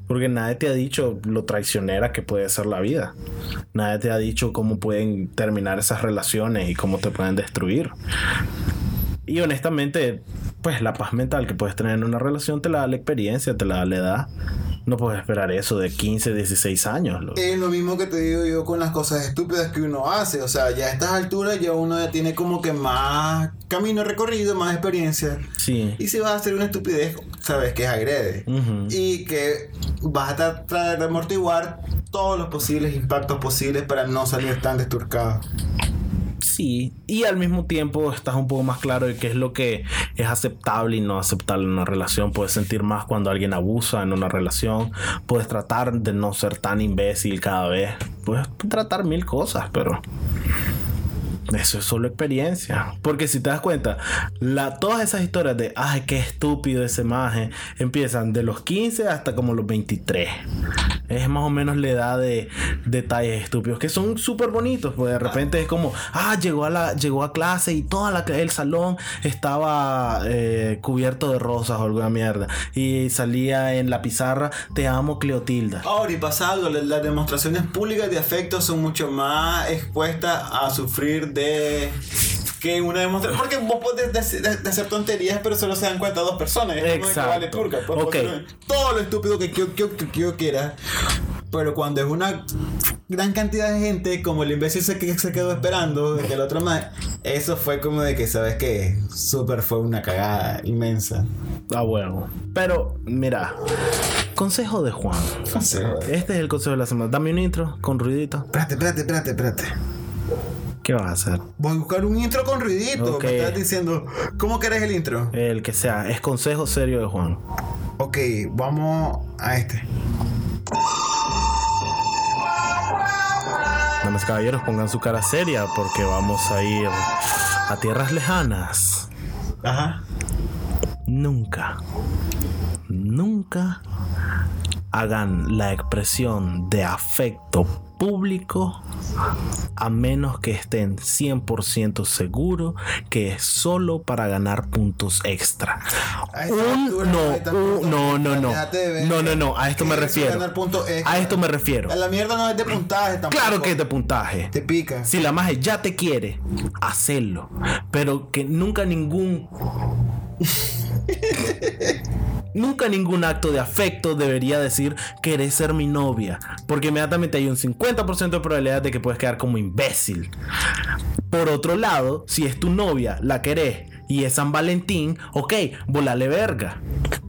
Speaker 1: Porque nadie te ha dicho lo traicionera que puede ser la vida. Nadie te ha dicho cómo pueden terminar esas relaciones y cómo te pueden destruir. Y honestamente, pues la paz mental que puedes tener en una relación te la da la experiencia, te la da la edad. No puedes esperar eso de 15, 16 años. loco.
Speaker 5: Es lo mismo que te digo yo con las cosas estúpidas que uno hace. O sea, ya a estas alturas ya uno ya tiene como que más camino recorrido, más experiencia.
Speaker 1: Sí.
Speaker 5: Y si vas a hacer una estupidez, sabes que es agrede.
Speaker 1: Ujú.
Speaker 5: Y que vas a tratar de amortiguar todos los posibles impactos posibles para no salir tan desturcado.
Speaker 1: Sí, y al mismo tiempo estás un poco más claro de qué es lo que es aceptable y no aceptable en una relación. Puedes sentir más cuando alguien abusa en una relación. Puedes tratar de no ser tan imbécil cada vez. Puedes tratar mil cosas, pero eso es solo experiencia. Porque si te das cuenta, la, todas esas historias de, ay, qué estúpido ese maje, empiezan de los 15 hasta como los 23. Es más o menos la edad de detalles estúpidos que son súper bonitos. Pues de repente es como, ah, llegó a, la, llegó a clase y todo el salón estaba eh, cubierto de rosas o alguna mierda. Y salía en la pizarra, te amo Cleotilda.
Speaker 5: Ahora y pasado, la- las demostraciones públicas de afecto son mucho más expuestas a sufrir de que una demostración. Porque vos podés dec- de- de hacer tonterías, pero solo se dan cuenta dos personas. Es como que
Speaker 1: Exacto.
Speaker 5: vale turca. Pues,
Speaker 1: Ok.
Speaker 5: pues, Todo lo estúpido que yo, yo- que yo quiera. Pero cuando es una gran cantidad de gente, como el imbécil se, que- se quedó esperando, de que el otro más. Eso fue como de que, ¿sabes qué? Súper fue una cagada inmensa.
Speaker 1: Ah, bueno. Pero, mira, consejo de Juan.
Speaker 5: Sí, joder.
Speaker 1: Este es el consejo de la semana. Dame un intro con ruidito.
Speaker 5: Espérate, espérate, espérate, espérate.
Speaker 1: ¿Qué vas a hacer?
Speaker 5: Voy a buscar un intro con ruidito.
Speaker 1: Ok.
Speaker 5: Me estás diciendo, ¿cómo querés el intro?
Speaker 1: El que sea. Es consejo serio de Juan.
Speaker 5: Ok, vamos a este.
Speaker 1: Damas y caballeros, pongan su cara seria porque vamos a ir a tierras lejanas.
Speaker 5: Ajá.
Speaker 1: Nunca, nunca hagan la expresión de afecto público a menos que estén 100% seguros que es solo para ganar puntos extra.
Speaker 5: A esta
Speaker 1: Un-
Speaker 5: altura,
Speaker 1: no,
Speaker 5: ahorita
Speaker 1: un-
Speaker 5: punto,
Speaker 1: no, no, no.
Speaker 5: déjate de ver.
Speaker 1: No, no, no. A esto me
Speaker 5: Eso de
Speaker 1: refiero.
Speaker 5: ganar puntos extra.
Speaker 1: A esto me refiero.
Speaker 5: La mierda no es de puntaje tampoco.
Speaker 1: Claro que es de puntaje.
Speaker 5: Te pica.
Speaker 1: Si la magia ya te quiere, hacerlo. Pero que nunca ningún. nunca ningún acto de afecto debería decir querés ser mi novia. Porque inmediatamente hay un 50% de probabilidad de que puedes quedar como imbécil. Por otro lado, si es tu novia, la querés y es San Valentín, ok, volale verga.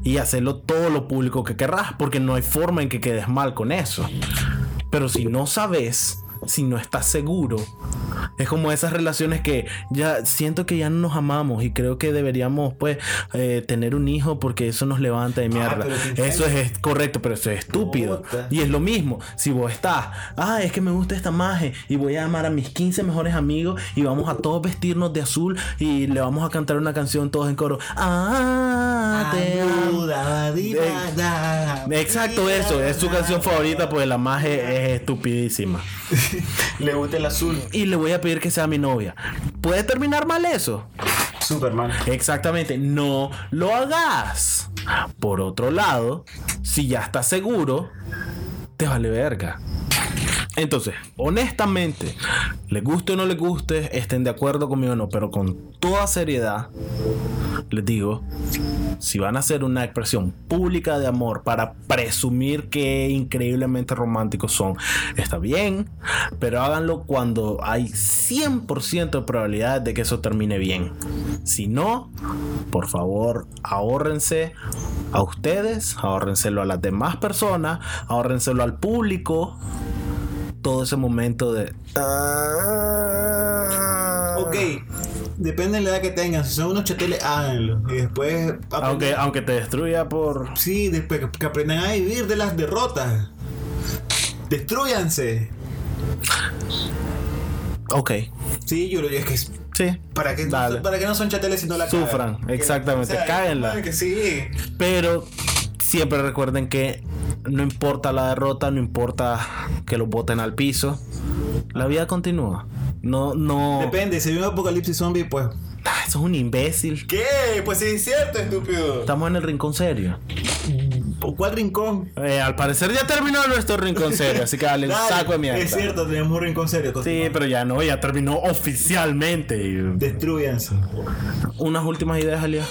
Speaker 1: Y hacerlo todo lo público que querrás, porque no hay forma en que quedes mal con eso. Pero si no sabes, si no estás seguro, es como esas relaciones que ya siento que ya no nos amamos y creo que deberíamos pues eh, tener un hijo porque eso nos levanta de mierda.
Speaker 5: pero qué
Speaker 1: eso es, es correcto, pero eso es estúpido.
Speaker 5: Puta.
Speaker 1: Y es lo mismo, si vos estás, ah, es que me gusta esta magia y voy a llamar a mis 15 mejores amigos y vamos a todos vestirnos de azul y le vamos a cantar una canción todos en coro. Ah, te amo.
Speaker 5: Ayuda, diva, da,
Speaker 1: Eh, Exacto,
Speaker 5: diva,
Speaker 1: eso, es su
Speaker 5: da.
Speaker 1: canción favorita, pues la magia es estupidísima.
Speaker 5: Le gusta el azul.
Speaker 1: Y le voy a pedir que sea mi novia. ¿Puede terminar mal eso?
Speaker 5: Superman.
Speaker 1: Exactamente, no lo hagas. Por otro lado, si ya estás seguro, te vale verga. Entonces, honestamente, les guste o no les guste, estén de acuerdo conmigo o no, pero con toda seriedad, les digo, si van a hacer una expresión pública de amor para presumir que increíblemente románticos son, está bien, pero háganlo cuando hay 100% de probabilidad de que eso termine bien. Si no, por favor, ahórrense a ustedes, ahórrenselo a las demás personas, ahórrenselo al público, todo ese momento de...
Speaker 5: Ok, depende de la edad que tengan. Si son unos chateles, háganlo. Y después.
Speaker 1: Aunque, aunque te destruya por...
Speaker 5: Sí, después que- que aprendan a vivir de las derrotas. Destruyanse.
Speaker 1: Ok,
Speaker 5: Sí, yo lo digo es que es-
Speaker 1: sí.
Speaker 5: ¿Para qué,
Speaker 1: Dale.
Speaker 5: ¿Para qué no son chateles si no la cagan?
Speaker 1: Sufran,
Speaker 5: Que-
Speaker 1: exactamente, cáguenla.
Speaker 5: madre Que sí.
Speaker 1: Pero siempre recuerden que no importa la derrota, no importa que los boten al piso, la vida continúa. No, no.
Speaker 5: Depende, si viene un apocalipsis zombie, pues.
Speaker 1: Ah, Eso es un imbécil.
Speaker 5: ¿Qué? Pues sí, es cierto, estúpido.
Speaker 1: Estamos en el rincón serio.
Speaker 5: ¿Por ¿Cuál rincón?
Speaker 1: Eh, al parecer ya terminó nuestro rincón serio, así que dale un
Speaker 5: Dale,
Speaker 1: saco de mierda.
Speaker 5: Es cierto, tenemos un rincón serio.
Speaker 1: Sí, pero ya no, ya terminó oficialmente. Y-
Speaker 5: Destruyanse.
Speaker 1: Unas últimas ideas, Alia.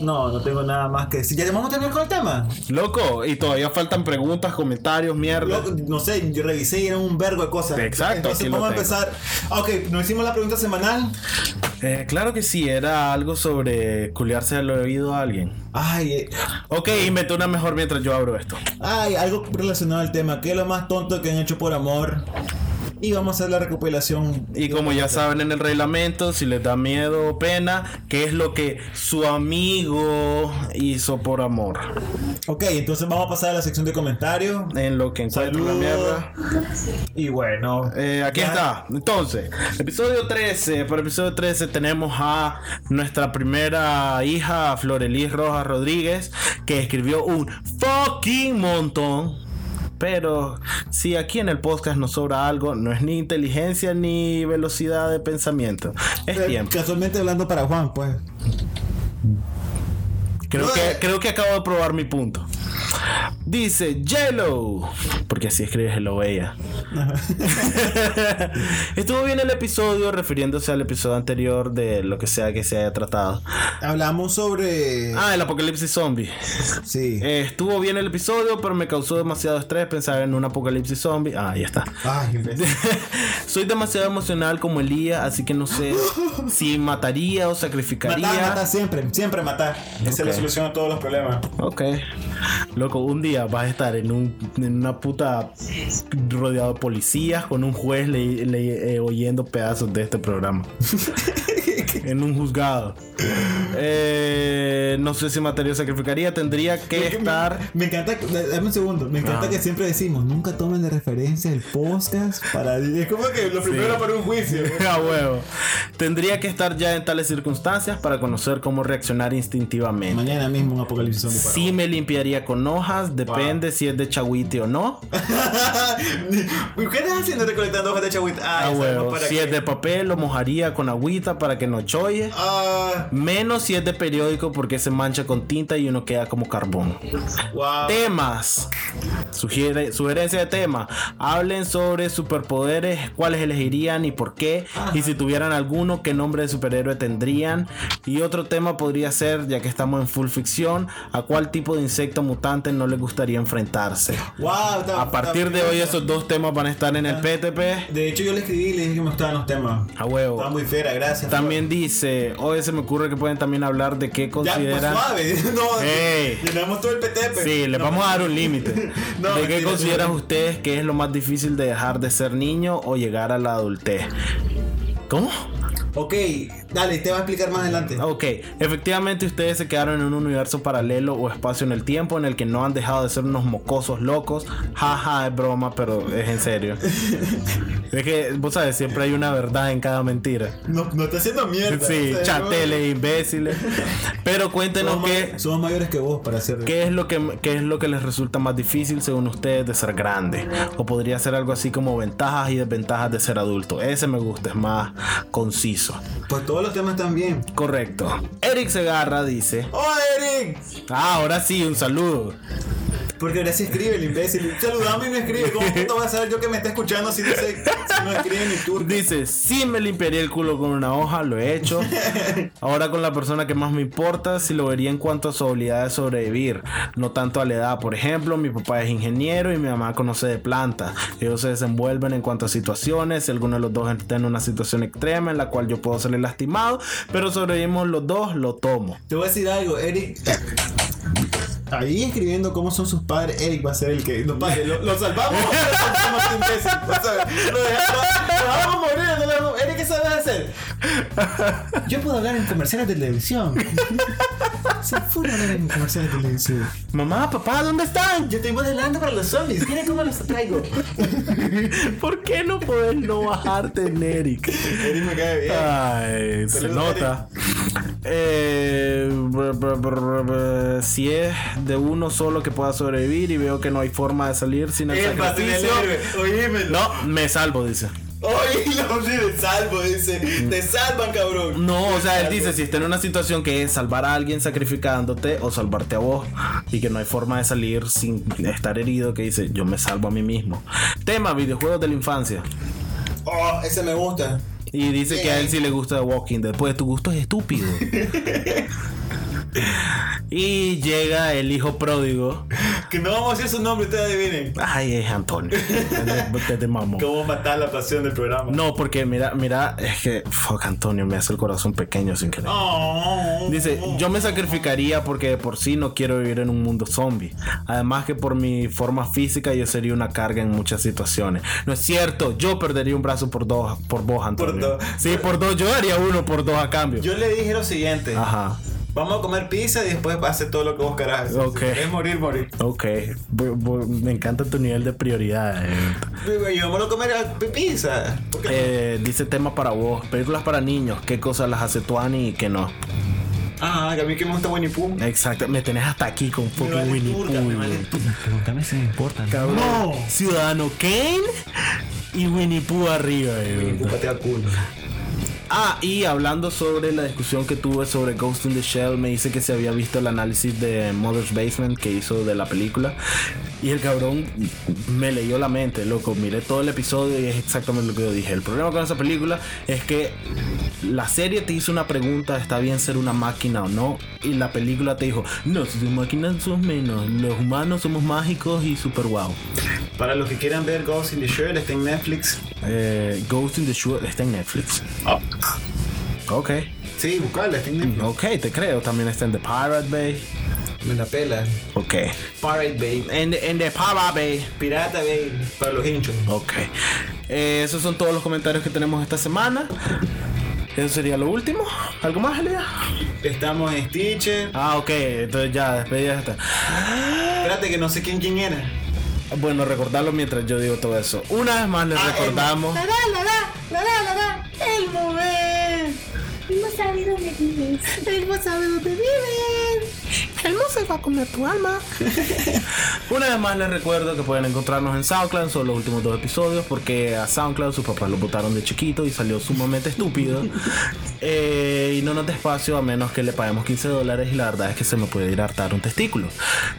Speaker 5: No, no tengo nada más que decir. ¿Ya vamos a terminar con el tema?
Speaker 1: Loco, y todavía faltan preguntas, comentarios, mierda.
Speaker 5: Loco, no sé, yo revisé y eran un vergo de cosas.
Speaker 1: Exacto,
Speaker 5: Entonces
Speaker 1: aquí lo
Speaker 5: vamos a
Speaker 1: tengo.
Speaker 5: empezar. Ah, Ok, nos hicimos la pregunta semanal.
Speaker 1: Eh, claro que sí, era algo sobre culiarse al oído a alguien.
Speaker 5: Ay, eh,
Speaker 1: Ok, inventó una mejor mientras yo abro esto.
Speaker 5: ay, algo relacionado al tema. ¿Qué es lo más tonto que han hecho por amor? Y vamos a hacer la recopilación.
Speaker 1: Y como ya saben en el reglamento, si les da miedo o pena, ¿qué es lo que su amigo hizo por amor?
Speaker 5: Ok, entonces vamos a pasar a la sección de comentarios.
Speaker 1: En lo que encuentro la
Speaker 5: Saludos.
Speaker 1: mierda.
Speaker 5: Y bueno,
Speaker 1: Eh, aquí
Speaker 5: ya-
Speaker 1: está. Entonces, episodio 13. Para episodio 13 tenemos a nuestra primera hija, Florelis Rojas Rodríguez, que escribió un fucking montón. Pero si aquí en el podcast nos sobra algo, no es ni inteligencia ni velocidad de pensamiento. Es
Speaker 5: eh,
Speaker 1: tiempo.
Speaker 5: Casualmente hablando para Juan, pues.
Speaker 1: Creo que, creo que acabo de probar mi punto. Dice Yellow. Porque así escribe Hello ella. Estuvo bien el episodio refiriéndose al episodio anterior de lo que sea que se haya tratado.
Speaker 5: Hablamos sobre.
Speaker 1: Ah, el apocalipsis zombie.
Speaker 5: sí.
Speaker 1: Eh, estuvo bien el episodio, pero me causó demasiado estrés pensar en un apocalipsis zombie. Ah, ya está.
Speaker 5: Ay, imbécil.
Speaker 1: Soy demasiado emocional como Elías, así que no sé si mataría o sacrificaría.
Speaker 5: matar, matar, siempre, siempre matar. Esa es la
Speaker 1: Ok.
Speaker 5: solución a todos los problemas.
Speaker 1: Ok. Loco, un día vas a estar en, un, en una puta rodeado de policías con un juez le- le- eh, oyendo pedazos de este programa. en un juzgado. Eh, no sé si material sacrificaría. Tendría que estar. Ah.
Speaker 5: Me encanta, que- dame un segundo, me encanta que siempre decimos, nunca tomen de referencia el podcast para... Es como que lo primero era para un juicio.
Speaker 1: A huevo. Tendría que estar ya en tales circunstancias para conocer cómo reaccionar instintivamente.
Speaker 5: Mañana mismo un apocalipsis zombie. para
Speaker 1: Sí me limpiaría con hojas, depende si es de chagüite o no.
Speaker 5: vos. ¿Qué estás haciendo recolectando hojas de chagüita? Ah,
Speaker 1: A
Speaker 5: ya sabemos
Speaker 1: huevo.
Speaker 5: para
Speaker 1: Si
Speaker 5: qué.
Speaker 1: es de papel, lo mojaría con agüita para que no choye.
Speaker 5: Ah,
Speaker 1: Menos si es de periódico porque se mancha con tinta y uno queda como carbón.
Speaker 5: wow.
Speaker 1: Temas. Sugiere, sugerencia de tema. Hablen sobre superpoderes, cuáles elegirían y por qué. Y si tuvieran alguno, qué nombre de superhéroe tendrían. Y otro tema podría ser, ya que estamos en full ficción, a cuál tipo de insecto mutante no les gustaría enfrentarse.
Speaker 5: Wow, está-
Speaker 1: A partir
Speaker 5: está-
Speaker 1: de hoy esos dos temas van a estar en el PTP.
Speaker 5: De hecho yo le escribí y le dije que me gustaban los temas.
Speaker 1: A huevo.
Speaker 5: Estaba muy fiera, gracias.
Speaker 1: También dice, hoy se me ocurre que pueden también hablar de qué
Speaker 5: Ya, pues,
Speaker 1: consideran.
Speaker 5: suave. No,
Speaker 1: Ey.
Speaker 5: llenamos todo el PTP.
Speaker 1: Eh. Sí, les
Speaker 5: No,
Speaker 1: vamos a dar un límite.
Speaker 5: No,
Speaker 1: ¿De qué
Speaker 5: mentira,
Speaker 1: consideran
Speaker 5: sí.
Speaker 1: ustedes que es lo más difícil de dejar de ser niño o llegar a la adultez? ¿Cómo? Ah,
Speaker 5: Ok, dale, te va a explicar más adelante.
Speaker 1: Ok, efectivamente ustedes se quedaron en un universo paralelo o espacio en el tiempo en el que no han dejado de ser unos mocosos locos. Jaja, es broma, pero es en serio. Es que, vos sabes, siempre hay una verdad en cada mentira.
Speaker 5: No, no está haciendo mierda.
Speaker 1: Sí,
Speaker 5: o sea,
Speaker 1: chateles, imbéciles. Pero
Speaker 5: no-
Speaker 1: cuéntenos
Speaker 5: Somos,
Speaker 1: qué,
Speaker 5: may- somos mayores que vos para hacer.
Speaker 1: ¿Qué es, lo que, qué es lo que les resulta más difícil según ustedes de ser grande? O podría ser algo así como ventajas y desventajas de ser adulto. Ese me gusta, es más conciso.
Speaker 5: Pues todos los temas están bien.
Speaker 1: Correcto. Eric Segarra dice...
Speaker 5: ¡Oh, Eric!
Speaker 1: Ah, ahora sí, un saludo.
Speaker 2: Porque ahora sí escribe el imbécil. Saludame y no escribe. ¿Cómo puto vas a saber yo que me está escuchando si no, sé, si no escribe ni tú?
Speaker 1: Dice, sí me limpiaría el culo con una hoja, lo he hecho. Ahora con la persona que más me importa, si lo vería en cuanto a su habilidad de sobrevivir, no tanto a la edad. Por ejemplo, mi papá es ingeniero y mi mamá conoce de plantas. Ellos se desenvuelven en cuanto a situaciones, si alguno de los dos está en una situación extrema en la cual yo puedo salir lastimado, pero sobrevivimos los dos, lo tomo.
Speaker 2: Te voy a decir algo, Eric. Ahí escribiendo cómo son sus padres, Eric va a ser el que. No, padre, lo, lo salvamos. o lo salvamos a este imbécil? Vas a ver, lo dejamos, lo dejamos morir. no lo dejamos- Eric, ¿qué sabes hacer? Yo puedo hablar en comerciales de televisión. Se fue hablar en comerciales de televisión.
Speaker 1: Mamá, papá, ¿dónde están?
Speaker 2: Yo estoy modelando para los zombies. Mira cómo los traigo.
Speaker 1: ¿Por qué no podés no bajarte, Eric?
Speaker 2: Eric me cae bien.
Speaker 1: Ah, Ay, se
Speaker 2: Saludos,
Speaker 1: nota. Eh, br- br- br- br- si es de uno solo que pueda sobrevivir y veo que no hay forma de salir sin el
Speaker 2: Él va a ser el
Speaker 1: sacrificio.
Speaker 2: héroe. Oímelo.
Speaker 1: No, me salvo, dice.
Speaker 2: Oílo, sí, te salvo, dice. Te salvan, cabrón.
Speaker 1: Mm. No, o sea, él dice, si está en una situación que es salvar a alguien sacrificándote o salvarte a vos y que no hay forma de salir sin estar herido, que dice, yo me salvo a mí mismo. Tema, videojuegos de la infancia.
Speaker 2: Oh, ese me gusta.
Speaker 1: Y dice que a él sí le gusta The Walking Dead. Pues tu gusto es estúpido. y llega el hijo pródigo.
Speaker 2: Que no vamos a decir su nombre, ustedes adivinen.
Speaker 1: Ay, es Antonio. Te- Te te mamo.
Speaker 2: ¿Cómo matar la pasión del programa?
Speaker 1: No, porque mira, mira, es que fuck Antonio me hace el corazón pequeño sin querer.
Speaker 2: Oh.
Speaker 1: Dice, yo me sacrificaría porque de por sí no quiero vivir en un mundo zombie. Además que por mi forma física yo sería una carga en muchas situaciones. No es cierto, yo perdería un brazo por dos, por vos, Antonio.
Speaker 2: dos.
Speaker 1: Sí, por dos, yo haría uno por dos a cambio.
Speaker 2: Yo le dije lo siguiente.
Speaker 1: Ajá.
Speaker 2: Vamos a comer pizza y después hace todo lo que vos querás.
Speaker 1: Ok.
Speaker 2: Si querés morir, morir.
Speaker 1: Ok, Bu- bu- me encanta tu nivel de prioridad. eh.
Speaker 2: Digo, Y vamos a comer a- pizza. ¿Por qué?
Speaker 1: Eh, dice tema para vos, películas para niños, qué cosas las hace Tuani y qué no.
Speaker 2: Ah, que a mí que me gusta Winnie Pooh.
Speaker 1: Exacto, me tenés hasta aquí con
Speaker 2: Me
Speaker 1: fucking
Speaker 2: vale
Speaker 1: Eh, Winnie
Speaker 2: turca,
Speaker 1: Pooh.
Speaker 2: me vale
Speaker 1: güey.
Speaker 2: turca.
Speaker 5: Pregúntame si me importa.
Speaker 1: Cabrón. Ciudadano Kane y Winnie Pooh arriba. eh.
Speaker 2: Winnie Pooh patea culo.
Speaker 1: Ah, y hablando sobre la discusión que tuve sobre Ghost in the Shell, me dice que se había visto el análisis de Mother's Basement que hizo de la película. Y el cabrón me leyó la mente, loco. Miré todo el episodio y es exactamente lo que yo dije. El problema con esa película es que la serie te hizo una pregunta, está bien ser una máquina o no. Y la película te dijo, no, si tus máquinas son menos, los humanos somos mágicos y super guau.
Speaker 2: Para los que quieran ver Ghost in the Shell, está en Netflix.
Speaker 1: Eh, Ghost in the Shell está en Netflix. Ok.
Speaker 2: Sí, buscala, está en Netflix.
Speaker 1: Ok, te creo. También está en The Pirate Bay.
Speaker 2: Me la pela.
Speaker 1: Ok.
Speaker 2: Pirate Bay.
Speaker 1: En, en The Pirate Bay.
Speaker 2: Pirata Bay. Para los hinchos.
Speaker 1: Ok. Eh, esos son todos los comentarios que tenemos esta semana. Eso sería lo último. ¿Algo más, Elia?
Speaker 2: Estamos en Stitcher.
Speaker 1: Ah, ok. Entonces ya, despedida ya está.
Speaker 2: Espérate que no sé quién quién era.
Speaker 1: Bueno, recordarlo mientras yo digo todo eso. Una vez más les
Speaker 2: Ah,
Speaker 1: recordamos.
Speaker 3: La la la la la la la. El mover. Él no sabe dónde vives. Él no sabe dónde viven. Él no se va a comer tu alma.
Speaker 1: Una vez más les recuerdo que pueden encontrarnos en SoundCloud, son los últimos dos episodios, porque a SoundCloud sus papás lo botaron de chiquito y salió sumamente estúpido. Eh, y no nos da espacio a menos que le paguemos 15 dólares y la verdad es que se me puede ir a hartar un testículo.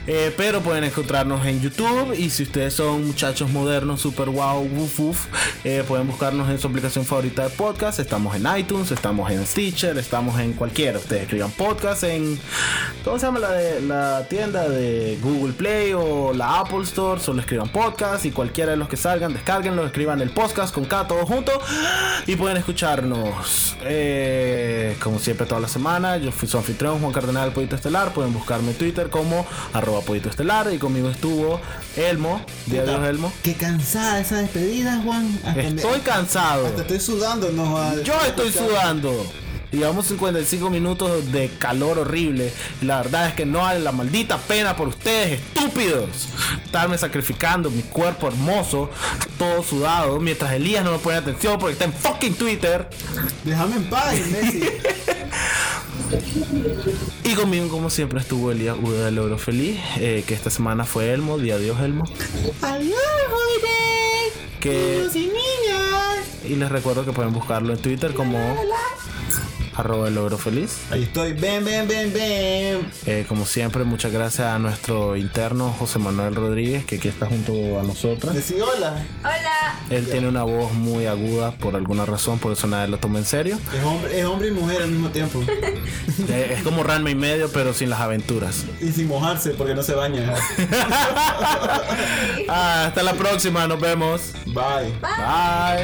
Speaker 1: Eh, pero pueden encontrarnos en YouTube y si ustedes son muchachos modernos, super wow, woof woof, eh, pueden buscarnos en su aplicación favorita de podcast. Estamos en iTunes, estamos en Stitcher, estamos en cualquiera. Ustedes escriban podcast en... ¿Cómo se llama la, de, la tienda de Google Play o la Apple Store? Solo escriban podcast y cualquiera de los que salgan, descarguenlo, escriban el podcast con K todo junto y pueden escucharnos. eh, como siempre, toda la semana. Yo fui su anfitrión, Juan Cardenal Pollito Estelar. Pueden buscarme en Twitter como arroba Pollito Estelar y conmigo estuvo Elmo. Día de
Speaker 2: Puta,
Speaker 1: Dios, Elmo.
Speaker 2: Qué cansada esa despedida, Juan. Hasta me-
Speaker 1: Estoy cansado.
Speaker 2: hasta estoy sudando, no Juan.
Speaker 1: Yo estoy sudando. Llevamos 55 minutos de calor horrible. Y la verdad es que no vale la maldita pena por ustedes, estúpidos. Estarme sacrificando mi cuerpo hermoso, todo sudado, mientras Elías no me pone atención porque está en fucking Twitter.
Speaker 2: Déjame en paz, Messi.
Speaker 1: Y conmigo, como siempre, estuvo Elías Uda del Oro Feliz, eh, que esta semana fue Elmo, día adiós Elmo.
Speaker 3: Adiós, jóvenes.
Speaker 1: Que-
Speaker 3: Niños y niñas.
Speaker 1: Y les recuerdo que pueden buscarlo en Twitter como
Speaker 3: La, la,
Speaker 1: arroba el logro feliz.
Speaker 5: Ahí estoy. Ven, ven, ven, ven.
Speaker 1: Eh, como siempre, muchas gracias a nuestro interno José Manuel Rodríguez, que aquí está junto a nosotras.
Speaker 5: Decí hola.
Speaker 6: Hola.
Speaker 1: Él tiene una voz muy aguda por alguna razón, por eso nadie lo toma en serio.
Speaker 5: Es hombre, es hombre y mujer al mismo tiempo.
Speaker 1: Eh, es como Ranma y medio, pero sin las aventuras.
Speaker 5: y sin mojarse porque no se baña.
Speaker 1: Ah, hasta la próxima, nos vemos.
Speaker 5: Bye.
Speaker 1: Bye.